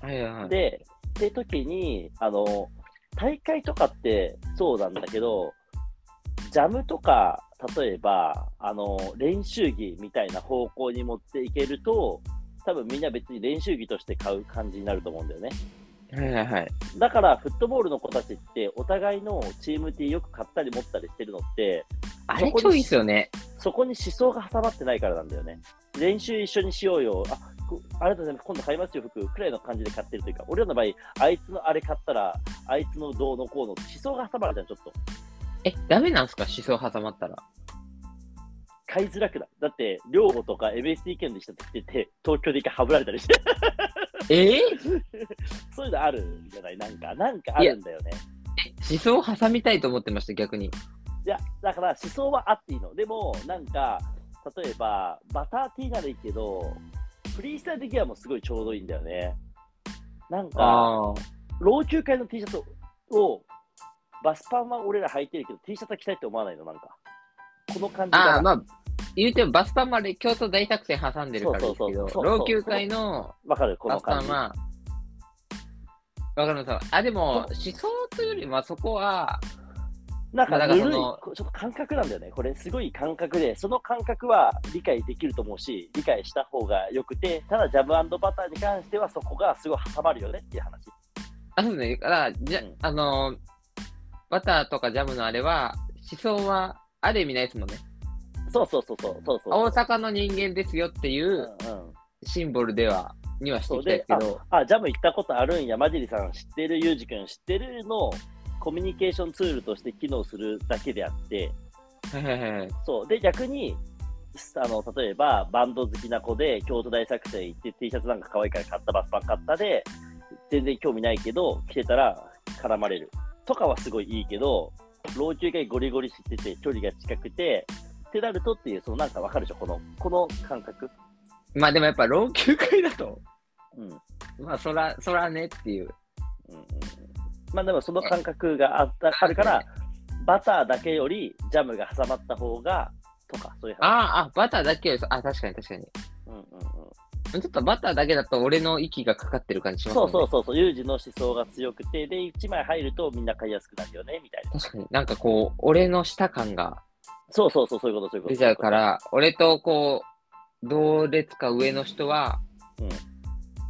はいはいはい。で、って時に、あの、大会とかってそうなんだけど、ジャムとか、例えば、あの、練習着みたいな方向に持っていけると、多分みんな別に練習着として買う感じになると思うんだよね。はいはいはい。だから、フットボールの子たちって、お互いのチーム T よく買ったり持ったりしてるのって、あれ超いいっすよね。そこに思想が挟まってないからなんだよね。練習一緒にしようよ。あ、こありがとうございます。今度買いますよ、服。くらいの感じで買ってるというか、俺らの場合、あいつのあれ買ったら、あいつのどうのこうのって思想が挟まるじゃん、ちょっと。え、ダメなんすか思想挟まったら。買いづらくなる。だって、両方とか MSD 圏でしたって言ってて、東京で一回ハブられたりして、 えそういうのあるんじゃないなんか、なんかあるんだよね。思想を挟みたいと思ってました、逆に。いや、だから思想はあっていいの。でも、なんか、例えば、バター T ならいいけど、フリースタイル的にはもうすごいちょうどいいんだよね。なんか、ああ。老朽化の T シャツを、バスパンは俺ら履いてるけど、T シャツは着たいって思わないの、なんか。この感じああ、がまあ、言うてもバスタまで京都大作戦挟んでるからですそうけそどうそ、う老朽会のわかる、こバのスタ感じ。は、わかります。あ、でも、思想というよりは、そこは、なんまあかだからぬそのるい、こちょっと感覚なんだよね。これ、すごい感覚で、その感覚は理解できると思うし、理解した方がよくて、ただ、ジャムバターに関しては、そこがすごい挟まるよねっていう話。あ、そうですね。だから、じゃ、うんあのー、バターとかジャムのあれは、思想は、ある意味ないですもんね。そうそうそうそう、そうそう。大阪の人間ですよっていううんうんシンボルでは、にはしていきたいですけど、あ、ジャム行ったことあるんや、マジリさん知ってる、ユージ君知ってるのコミュニケーションツールとして機能するだけであって、はいはいはいはい。そう。で、逆に、すあの、例えば、バンド好きな子で、京都大作戦行って T シャツなんか可愛いから買った、バスパン買ったで、全然興味ないけど、着てたら絡まれる。とかはすごいいいけど、老朽化にゴリゴリしてて、距離が近くて、ってなるとっていう、そのなんかわかるでしょこの、この感覚。 まあでもやっぱ老朽会だと、うん。うんまあそら、そらねっていう。うんまあでもその感覚があったあるから、バターだけよりジャムが挟まった方が、とか、そういう話。あーあ、バターだけより、あ、確かに確かに。うんうんうん、ちょっとバターだけだと俺の息がかかってる感じしますそもうんそねう。そうそう、ユージの思想が強くて、で、1枚入るとみんな買いやすくなるよね、みたいな。確かになんかこう、俺の舌感がそうそうそう、そういうこと、そういうこと。出ちゃうから、俺とこう、同列か上の人はうん、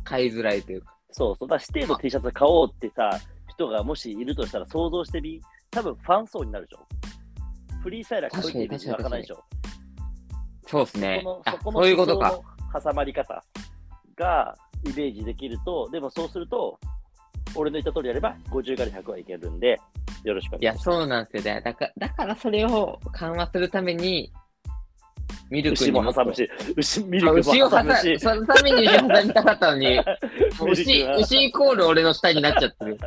買いづらいというか。そうそう、だから指定の T シャツ買おうってさ、人がもしいるとしたら想像してみ、多分ファン層になるでしょ。フリースタイルはこういうイメージ湧かないでしょ。そうですねその。あそ、このそういうことか。思想の挟まり方がイメージできると、でもそうすると、俺の言った通りやれば、50から100はいけるんで、よろしくおい願いや、しそうなんですよね。だから、だからそれを緩和するために、ミルます。ク牛にも挟むむしし、牛、ミルクも牛を挟挟むむしし、そのために牛を挟みたかった のに、もうミル牛、クは牛イコール俺の下になっちゃってる。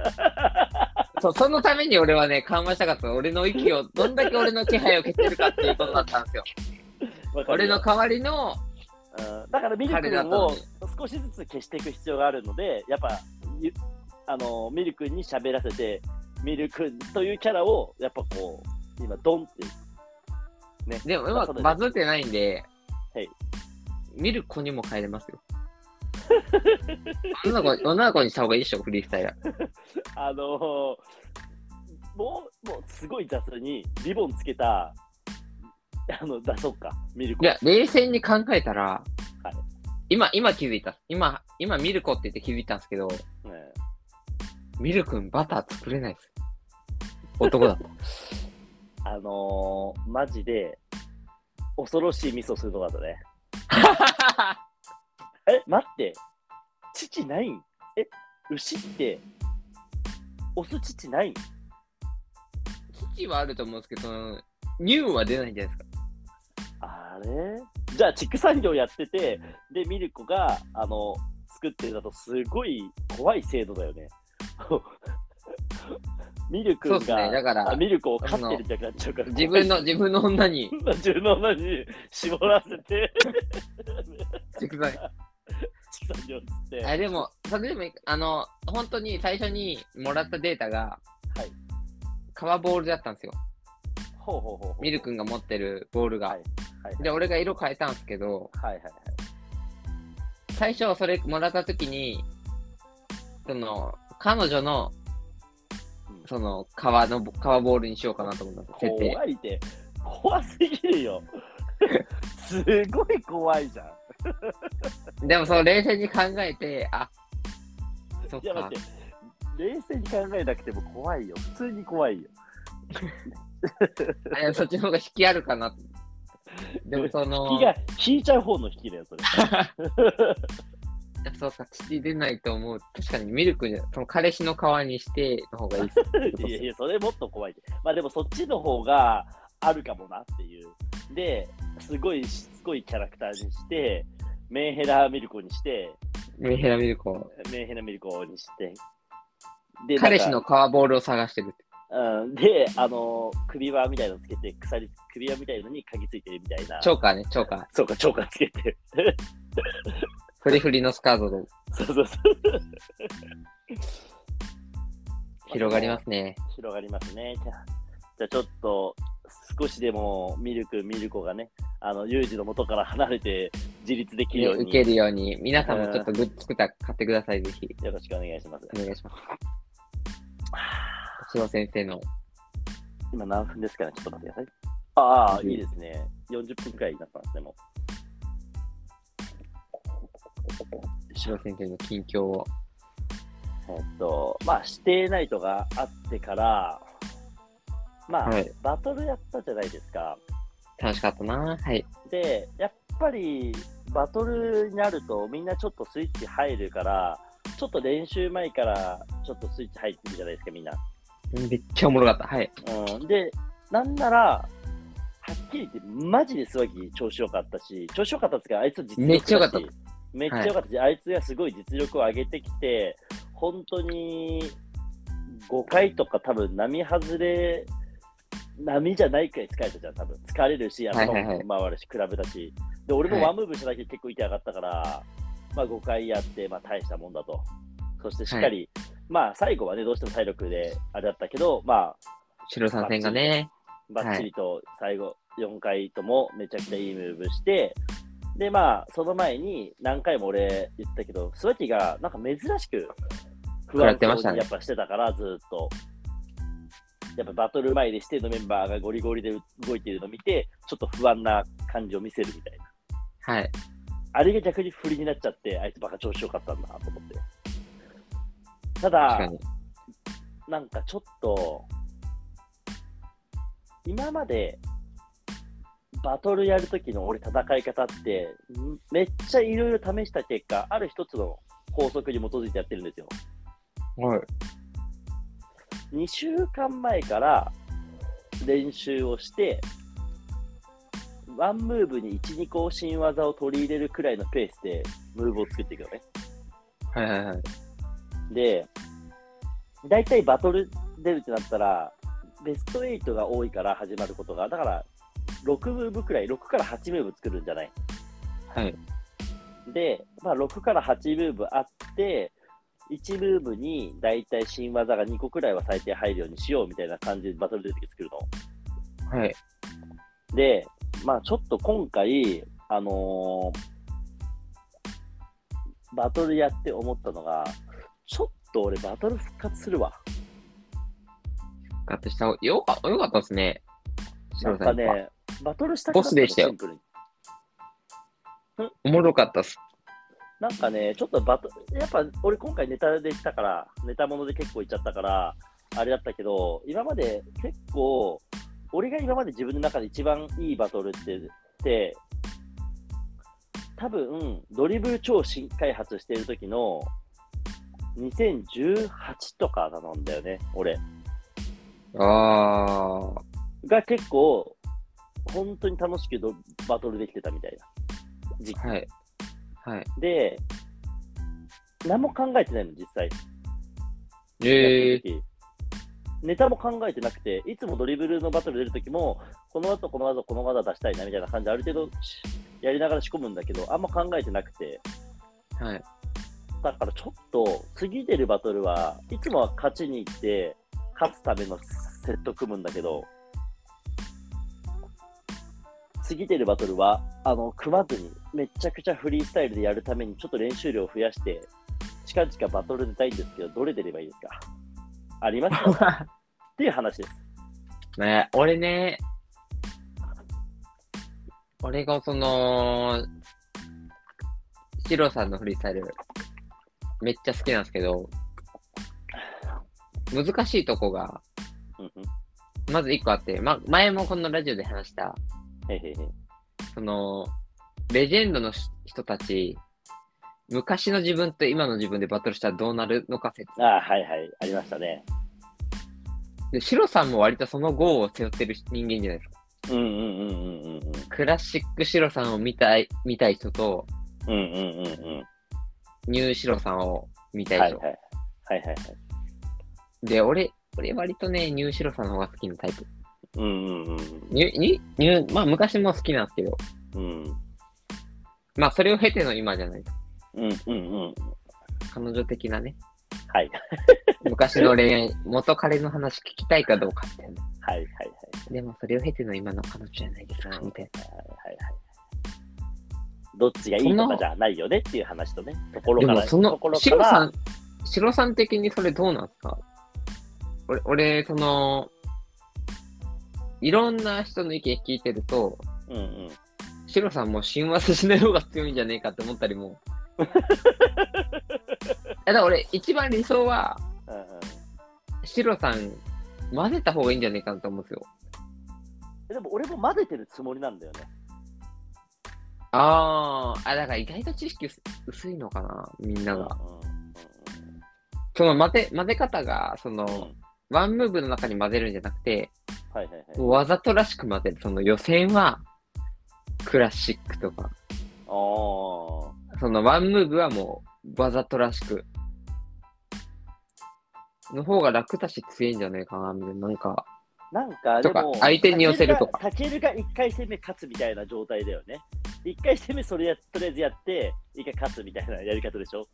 そうそのために俺はね、緩和したかった。俺の息を、どんだけ俺の気配を消してるかっていうことだったんですよ。わかる俺よの代わりうの、んだからミルク君を少しずつ消していく必要があるので、やっぱ、ゆあのミルクに喋らせて、ミルクというキャラを、やっぱこう、今、ドンって、でも今そうだねバズってないんで、はい見る子にも変えれますよ。女 の子女の子にした方がいいでしょ、フリースタイル。あのーもう、もう、すごい雑に、リボンつけた、あの、出そうか、ミルクいや、冷静に考えたら、はい今、今気づいた。今、今、ミルコって言って気づいたんですけど、うんミル君バター作れないです。男だ った。あのーマジで、恐ろしいミスをするとこだったね。え、待って。父ないんえ、牛って、オス父ないん父はあると思うんですけど、乳は出ないんじゃないですか。あれじゃあ畜産業やっててでミルコがあの作ってるだとすごい怖い制度だよね ミルクそがうですね。だかあら、ミルコを飼ってるみたいになっちゃうから自分の、自分の女に、怖い自分の女に絞らせて 畜産畜産業っつってあでも、それでもいい、あの、本当に最初にもらったデータが、はいカワボールだったんですよ。ほうほうほうほうミル君が持ってるボールが。はいはいで、俺が色変えたんですけど、はいはいはい最初それもらった時に、その、彼女のうん、その、革の、革ボールにしようかなと思います。設定。怖いって、怖すぎるよ。 すごい怖いじゃん。でも、その、冷静に考えて、あ、そっいや、か待っ。て、冷静に考えなくても怖いよ。普通に怖いよ。あいやそっちの方が引きあるかな。でも、その引き、が、引いちゃう方の引きだよ、それ。そうか、血出ないと思う。確かに、ミルクじゃ、その、彼氏の革にして、の方がいいっす。いやいや、それもっと怖いって。まあでもそっちの方があるかもなっていう。で、すごいしつこいキャラクターにして、メンヘラミルコにして、メンヘラミ ルクを。メンヘラミルコにして、で、彼氏なんのか、革ボールを探してるって。うん、で、あの、首輪みたいのつけて、鎖、首輪みたいのに鍵ついてるみたいな。チョーカーね、チョーカー。そうか、チョーカーつけて。フリフリのスカートで そうそうそう。広がりますね。広がりますね。 じゃあ、じゃあちょっと、少しでもミルク、ミルコがね、あの、有事の元から離れて自立できるねよう受に、けよるように、皆さんもちょっとグッズ作ったら買ってください、ぜひ。ろしくお願いします。お願いします。星野先生の。今何分ですから、ちょっと待ってください。ああ、うんいいですね。40分くらいになったんですね、も星野先生の近況を。う。えっと、まあ、指定ナイトがあってから、まあ、はいバトルやったじゃないですか。楽しかったなはい。で、やっぱりバトルになるとみんなちょっとスイッチ入るから、ちょっと練習前からちょっとスイッチ入ってるじゃないですか、みんな。めっちゃおもろかった。はい。うん、で、なんなら、はっきり言って、マジでスワギ調子良かったし、調子良かったっつうか、あいつ実力めっちゃ良かっただしめっちゃ良かったし、あいつがすごい実力を上げてきて、本当に5回とか多分波外れ、波じゃないくらい疲れたじゃん、多分疲れるし、頭はいはいはもい回るし、クラブだし。で、俺もワンムーブしただけで結構痛かったから、まあ5回やって、まあ大したもんだと。そしてしっかり、まあ最後はね、どうしても体力であれだったけど、まあ白さん戦がね。バッチリと最後4回ともめちゃくちゃいいムーブして、で、まあ、その前に何回も俺言ったけど、スワティがなんか珍しく不食ら安ってましたそうねにやっぱしてたから、ずーっと。やっぱバトル前で指定のメンバーがゴリゴリで動いてるの見て、ちょっと不安な感じを見せるみたいな。はい。あれが逆に振りになっちゃって、あいつバカ調子よかったんだなと思って。た確かだ、に。なんかちょっと、今までバトルやるときの俺戦い方って、んめっちゃいろいろ試した結果、ある一つの法則に基づいてやってるんですよ。はい。 2週間前から練習をして、ワンムーブに1、2個新技を取り入れるくらいのペースでムーブを作っていくのね。はいはいはい。で、大体バトル出るってなったら、ベスト8が多いから始まることが、だから6ムーブくらい、6から8ムーブ作るんじゃないはい。で、まあ、6から8ムーブあって、1ムーブに大体新技が2個くらいは最低入るようにしようみたいな感じでバトル出て作るの。はい。で、まあちょっと今回、あのーバトルやって思ったのが、ちょっと俺バトル復活するわ。カットした方がよかよかったですね。な白んさかんやっぱ。ね、バトルしたくなボスでしたよシンプルにおもろかったっす。なんかね、ちょっとバトル、やっぱ俺今回ネタで行ったから、ネタもので結構行っちゃったから、あれだったけど、今まで結構、俺が今まで自分の中で一番いいバトルって、って多分、ドリブル超新開発してる時の、2018とかなんだよね、俺。ああ。が結構、本当に楽しくどバトルできてたみたいな。はい。はい。で、何も考えてないの、実際。えやってる時ネタも考えてなくて、いつもドリブルのバトル出るときも、この技、この技、この技出したいなみたいな感じで、ある程度しやりながら仕込むんだけど、あんま考えてなくて、ー、 はい。だからちょっと、次出るバトルはいつもは勝ちに行って、勝つためのセット組むんだけど、次出るバトルは、あの、組まずに、めちゃくちゃフリースタイルでやるために、ちょっと練習量を増やして、近々バトル出たいんですけど、どれ出ればいいですかあり ますかっていう話です。ね、俺ね、俺がその、シロさんのフリースタイル、めっちゃ好きなんですけど、難しいとこが、うんうんまず一個あって、ま、前もこのラジオで話した、へへへ。その、レジェンドのし人たち、昔の自分と今の自分でバトルしたらどうなるのか説。ああ、はいはい。ありましたね。で、シロさんも割とその号を背負ってる人間じゃないですか。うんうんうんうんうんうん。クラシックシロさんを見たい、見たい人と、うんうんうんうん。ニューシロさんを見たいは人。いはい。はいはいはい。で、俺、俺割とね、ニューシロさんの方が好きなタイプ。うんうんうんニュー、ニューニュー、まあ昔も好きなんですけど、うん。まあそれを経ての今じゃないですか。うんうんうん。彼女 的なね、はい。昔の恋愛、元彼の話聞きたいかどうかっていうね。はいはいはい。でもそれを経ての今の彼女じゃないですか、みたいな。はいはいはい。どっちがいいとかじゃないよねっていう話とね、ところでかもら、そのとこ、ろシかロさら、ん、シロさん的にそれどうなんですか俺、俺、その、いろんな人の意見聞いてると、うんうん。シロさんも親和性しない方が強いんじゃねえかって思った りも。いやだから俺、一番理想は、うんうんシロさん、混ぜた方がいいんじゃねえかなと思うんですよ。でも俺も混ぜてるつもりなんだよね。あー、あ、だから意外と知識薄薄いのかな、みんなうんが。その混ぜ、混ぜ方が、その、ワンムーブの中に混ぜるんじゃなくて、はいはいはい。もうわざとらしく混ぜる。その予選は、クラシックとか、あそのワンムーブはもう、わざとらしく。の方が楽だし強いんじゃないかな、みたいな。なんか、あ。なんか、でとかも、相手に寄せるとかタケルが1回戦目勝つみたいな状態だよね。1回戦目それや、とりあえずやって、1回勝つみたいなやり方でしょ。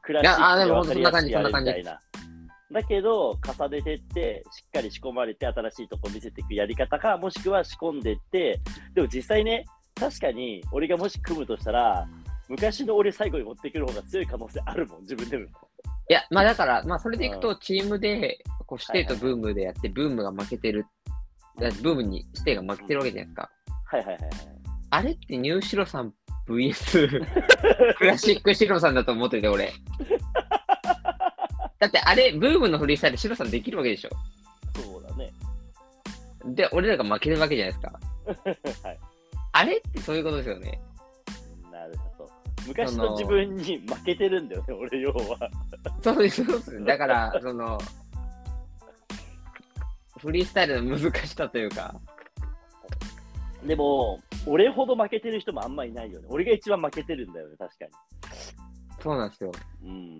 クラシいやあーッでクもでほ分んとかそりんやなす感くじやるそみんなた感いな。だけど、重ねてって、しっかり仕込まれて、新しいとこ見せていくやり方か、もしくは仕込んでって、でも実際ね、確かに俺がもし組むとしたら、昔の俺最後に持ってくる方が強い可能性あるもん、自分でも。いや、まあだから、まあそれでいくうと、チームで、こう、指定とブームでやって、ブームが負けてる、いやブームに指定が負けてるわけじゃないですか。はいはいはいはい。あれってニューシロさん VS クラシックシロさんだと思ってて、俺。だってあれ、ブームのフリースタイル、シロさんできるわけでしょ。そうだね。 で、俺らが負けるわけじゃないですか。はい。あれってそういうことですよね。なるほど。昔の自分に負けてるんだよね、俺、要は。そうです、そうです。だから、その、フリースタイルの難しさというか、でも、俺ほど負けてる人もあんまいないよね。俺が一番負けてるんだよね、確かそうなんですよ。に。うん。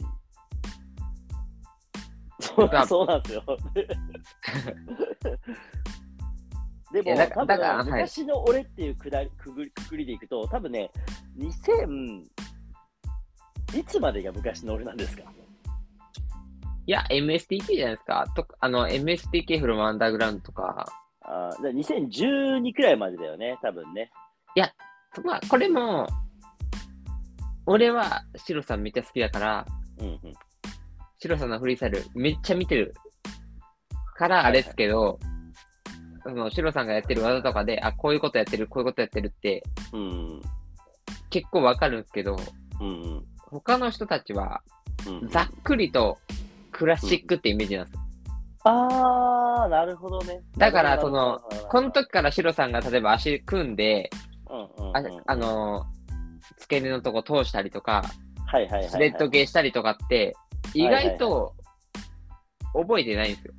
そうだそうなん ですよ。でいやも、多分だからだからはい昔の俺っていうくだりくぐりくくりでいくと、多分ね、2000、いつまでが昔の俺なんですかいや、MSTK じゃないですか。とあの、MSTK フロムアンダーグラウンドとか、あーだから ?2012 くらいまでだよね、多分ね。まあ、これも、俺はシロさんめっちゃ好きだから、うんうん。シロさんのフリースタイルめっちゃ見てるからあれですけど、そのシロさんがやってる技とかで、あ、こういうことやってる、こういうことやってるってうん結構わかるんですけど、うんうん他の人たちはうんざっくりとクラシックってイメージなんですよ。あー、なるほどね。だからそのなるほど、なるほどこの、時からシロさんが例えば足組んで、うんうんうんああのー付け根のとこ通したりとか、はいはいはいはい、スレッド系したりとかって、意外と覚えてないんですよ。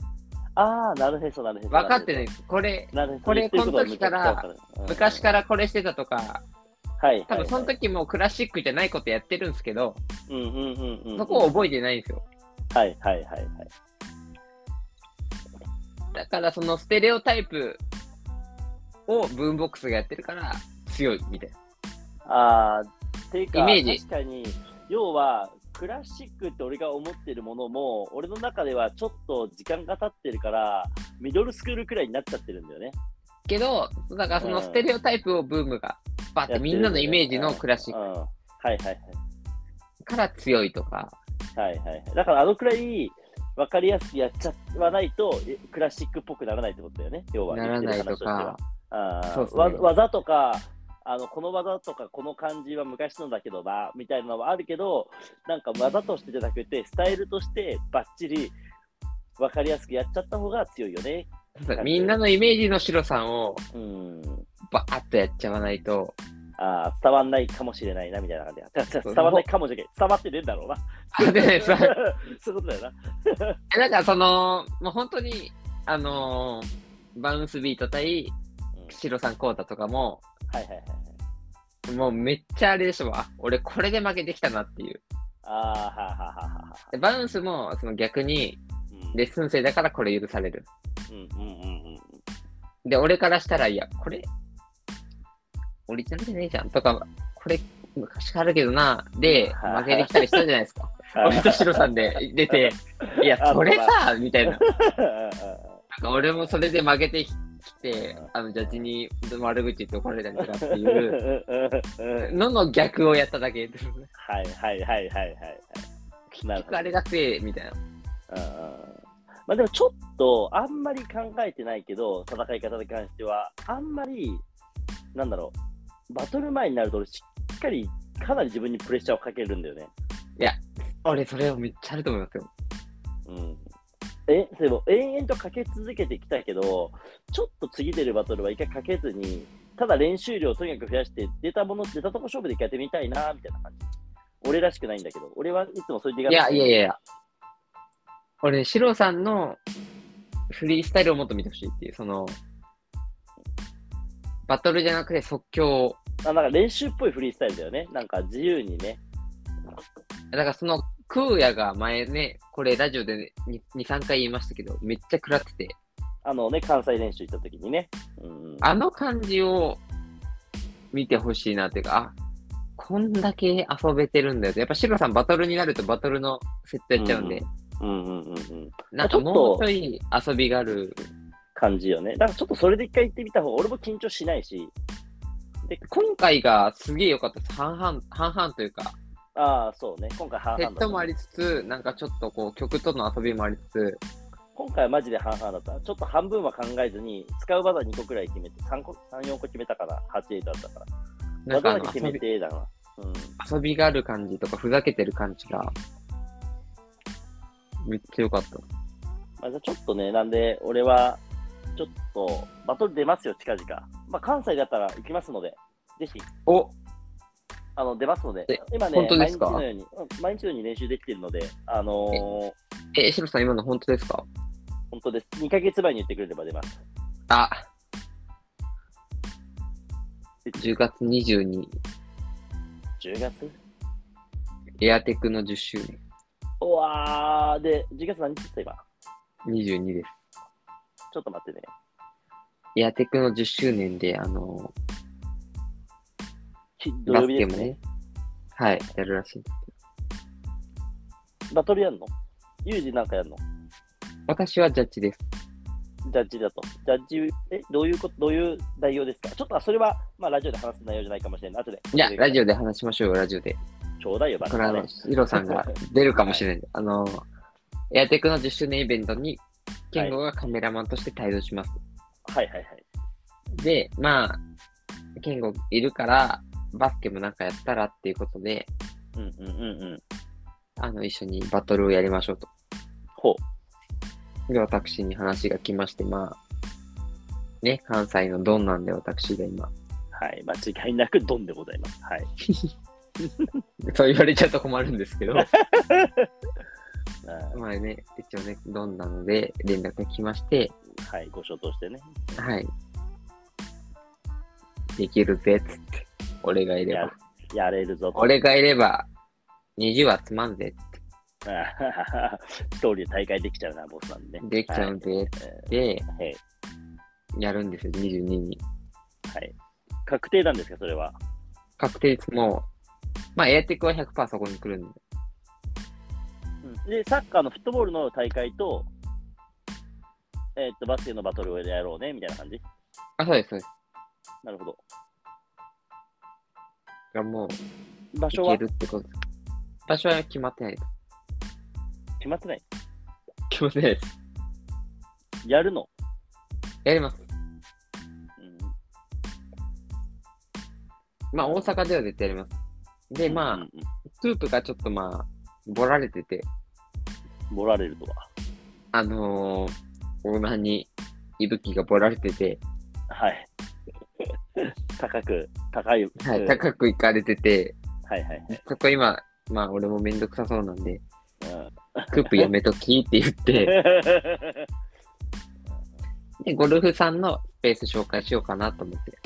あー、なるへそ、なるへそ。分かってないんです。これ、なるへそ。これ言ってるとはこの時からめちゃくちゃわる、、昔かららこれしてたとか、はいはい、多分その、時もうクラシックじゃないことやってるんですけど、うんうんうんうん、そこを覚えてないんですよ。はいはいはいはい。だからそのステレオタイプをブームボックスがやってるから強いみたいな。あー、ていうか、イメージ確かに、要は、クラシックって俺が思ってるものも、俺の中ではちょっと時間が経ってるから、ミドルスクールくらいになっちゃってるんだよね。けど、だからそのステレオタイプをブームが、バーっやてってるよねみんなのイメージのクラシうッん。はいはいはい。クから強いとか、はいはい。だからあのくらい分かりやすくやっちゃわないと、えクラシックっぽくならないってことだよね、要は。ならない言とってる話してはか、あーそうっすねわ技とかあのこの技とかこの感じは昔のだけどなみたいなのはあるけどなんか技としてじゃなくてスタイルとしてバッチリ分かりやすくやっちゃった方が強いよね。そうみんなのイメージの白さんをうんバーッとやっちゃわないと、あー伝わんないかもしれないなみたいな感じだ。うそう伝わんないかもしれない。伝わってねえんだろうな。あ でそ そうういうことだよな。なんかその、もう本当に、あのーバウンスビート対うん白さんコータとかも、はいはいはい。もうめっちゃあれでしょ、あ俺これで負けてきたなっていう。ああ、はあはあはあはあ。でバウンスもその逆に、うんレッスン生だからこれ許される。うんうんうんうん。で、俺からしたら、いや、これ、オリジナルじゃねえじゃんとか、これ、昔からあるけどな、で、はい負けてきたりしたじゃないですか。俺と白さんで出て、いや、あそれさ、みたいな。うなんか俺もそれで負けてきて、あのジャッジに悪口言って怒られたりとかっていんう うんうんうんのの逆をやっただけです。はいはいはいはいはいはい。なるほ結ど局あれが強いみたいな。うんうんまあでもちょっとあんまり考えてないけど、戦い方に関しては、あんまり、なんだろう、バトル前になると、しっかり、かなり自分にプレッシャーをかけるんだよね。俺、それをめっちゃあると思いますよ。うん。え、でも、延々とかけ続けてきたけど、ちょっと次出るバトルは一回かけずに、ただ練習量をとにかく増やして、出たもの、出たとこ勝負で一回やってみたいな、みたいな感じ。俺らしくないんだけど、俺はいつもそれでいやいやいや。やいや。俺ね、シロさんのフリースタイルをもっと見てほしいっていう、その、バトルじゃなくて即興をあなんか練習っぽいフリースタイルだよね。なんか自由にね。だからその、クーヤが前ね、これラジオで、ね、2、3回言いましたけど、めっちゃ食らってて、あのね、関西練習行った時にね。うん、あの感じを見てほしいなっていうか、あ、こんだけ遊べてるんだよって。やっぱシロさんバトルになるとバトルのセットやっちゃうんで、うんうんうんうん。なんかちょっともうちょい遊びがある。感じよね。だからちょっとそれで一回行ってみた方が、俺も緊張しないし。今回がすげえ良かったです。半々、半々というか、ああ、そうね。今回半々セだットもありつつ、なんかちょっとこう曲との遊びもありつつ、今回はマジで半々だった。ちょっと半分は考えずに、使う技2個くらい決めて、3個、3、4個決めたから、8、8だったから。なんかあ技だのけ決遊めびて、だな。うん。遊びがある感じとか、ふざけてる感じが、めっちゃ良かった。まあ、じゃあちょっとね、なんで、俺は、ちょっと、バトル出ますよ、近々。まあ、関西だったら行きますので、ぜひ、おあの出ますのでえ、今ね、本当ですか毎日のように、うん毎日のように練習できてるので、あのーえ、シロさん今の本当ですか本当です。2ヶ月前に言ってくれれば出ます。あ10月22、 10月エアテクの10周年、うわー、で、10月何日ですか、今。 22です。ちょっと待ってね。エアテクの10周年で、あの、き土バ曜ス日でケもすね。ね、はい、やるらしい。バトルやんのユージなんかやんの私はジャッジです。ジャッジだと。ジャッジ、え、どういうこと、どういう内容ですかちょっと、あそれは、まあ、ラジオで話す内容じゃないかもしれない。後で。いや、ラジオ。オで話しましょうよ、ラジオで。ちょうだいよ、バこトれあル、のね。、ヒロさんが出るかもしれない。あの、エアテクの10周年イベントに、ケンゴがカメラマンとして帯同します。はいはいはい。で、まあ、ケンゴいるから、バスケもなんかやったらっていうことで、うんうんうんうん。あの、一緒にバトルをやりましょうと。ほう。で、私に話が来まして、まあ、ね、関西のドンなんで、私が今。はい。間違いなくドンでございます。はい。そう言われちゃうと困るんですけ ど、うんまあね、一応ね、ドンなので、連絡が来まして、はい。ご所としてね。はい。できるぜ、つって。俺がいれやば。やれるぞと。俺がいれば、20はつまんぜ。あははは 一人で大会できちゃうな、ボスなんでね。できちゃうんはいで、で、えーはい。やるんですよ、22に。はい。確定なんですか、それは。確定率も、まあ、エアテックは100%そこに来るんで。で、サッカーのフットボールの大会と、えーっと、バスケのバトルをやろうね、みたいな感じ。あ、そうです、そうです。なるほど。がもう、場所いはけるってこと場所は決まってないです。決まってない。決まってないです。やるの。やります。うんまあ、大阪では絶対やります。で、うんまうあん、スープがちょっとまあ、ボラれてて、うんボラれるとは。あのー、オーナーに、いぶきがボラれてて、はい。 高く、高い。はうい、ん高く行かれてて、はいはいはい。そこ今、まあ、俺もめんどくさそうなんうで、ん クープやめときって言って、で、ゴルフさんのスペース紹介しようかなと思って。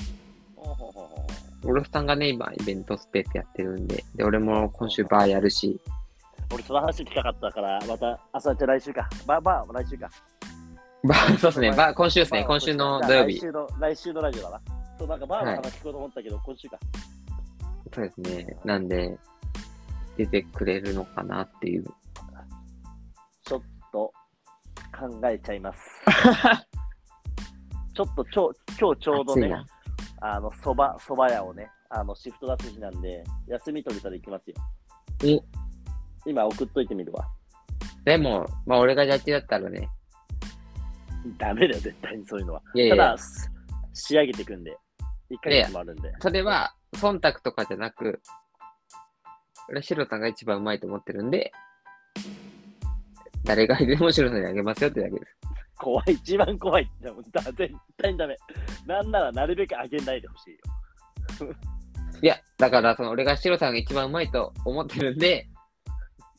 ほうほうほうほうゴルフさんがね、今、イベントスペースやってるんで、で、俺も今週バーやるし、 俺、その話聞きたかったから、また、あさって来週か。まあまあ、来週か。バー、そうですね、バー、今週ですまね、あ今週の土曜日来。週の、来週のラジオだな。そう、なんかバーの話聞こうと思ったけど、今週か。そうですね、なんで、出てくれるのかなっていう。ちょっと、考えちゃい ます。ちょっと、ちょ今日ちょうど暑いね、な。あの、そば、そば屋をね、あの、シフト出す日なんで、休み取れたら行きますよ。え今送っといてみるわ。でも、まあ、俺がジャッジだったらね、ダメだよ、絶対にそういうのは。いやいやただ、す仕上げていくんで、1ヶいや月もあるんで。それは、忖度とかじゃなく、俺はシロさんが一番うまいと思ってるんで、誰がいてもシロさんにあげますよってだけです。怖い、一番怖いって、もうだ絶対にダメ。なんならなるべく上げないでほしいよ。いや、だから、その、俺がシロさんが一番うまいと思ってるんで、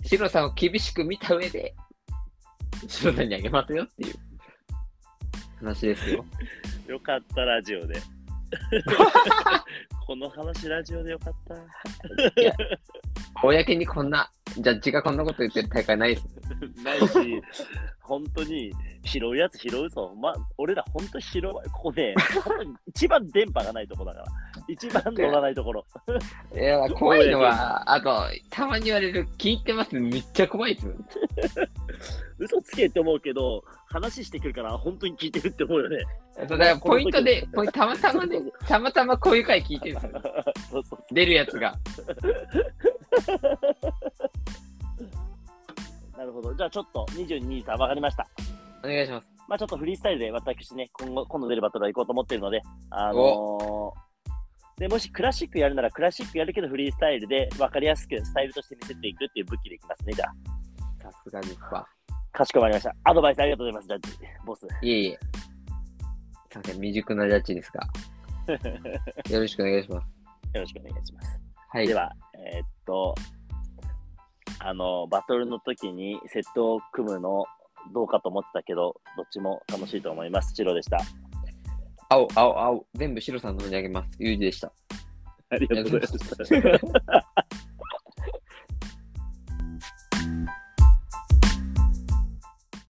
シロさんを厳しく見た上で、シロさんにあげますよっていう話ですよ。よかった、ラジオ で。この話、ラジオでよかった。公にこんな、ジャッジがこんなこと言ってる大会ないです。 ないし、本当に拾うやつ拾うぞ。ま、俺ら本当拾う。ここね、 本当に一番電波がないところだから。一番乗らないところ。いや、怖いのは、あと、たまに言われる、聞いてますめっちゃ怖いですよ。嘘つけって思うけど、話してくるから本当に聞いてるって思うよね。そうだからポイントで、ポイントたまたま ねそうそ、たまたまこういう回聞いてるんですよ。そうそう出るやつが。なるほど。じゃあちょっと22位さん分かりました。お願いします。まあちょっとフリースタイルで私ね、今後、今度出るバトルは行こうと思ってるので、あのーで、もしクラシックやるならクラシックやるけどフリースタイルで分かりやすくスタイルとして見せていくっていう武器でいきますね。じゃあ、さすがにわ。かしこまりました。アドバイスありがとうございます、ジャッジ、ボス。いえいえ。すいません、未熟なジャッジです が。よろしくお願いします。よろしくお願いします。はい。では、えーっと、あの、バトルの時にセットを組むのどうかと思ってたけど、どっちも楽しいと思います。チロでした。青、青、青。全部白さんの方にあげます。ゆうじでした。ありがとうございました。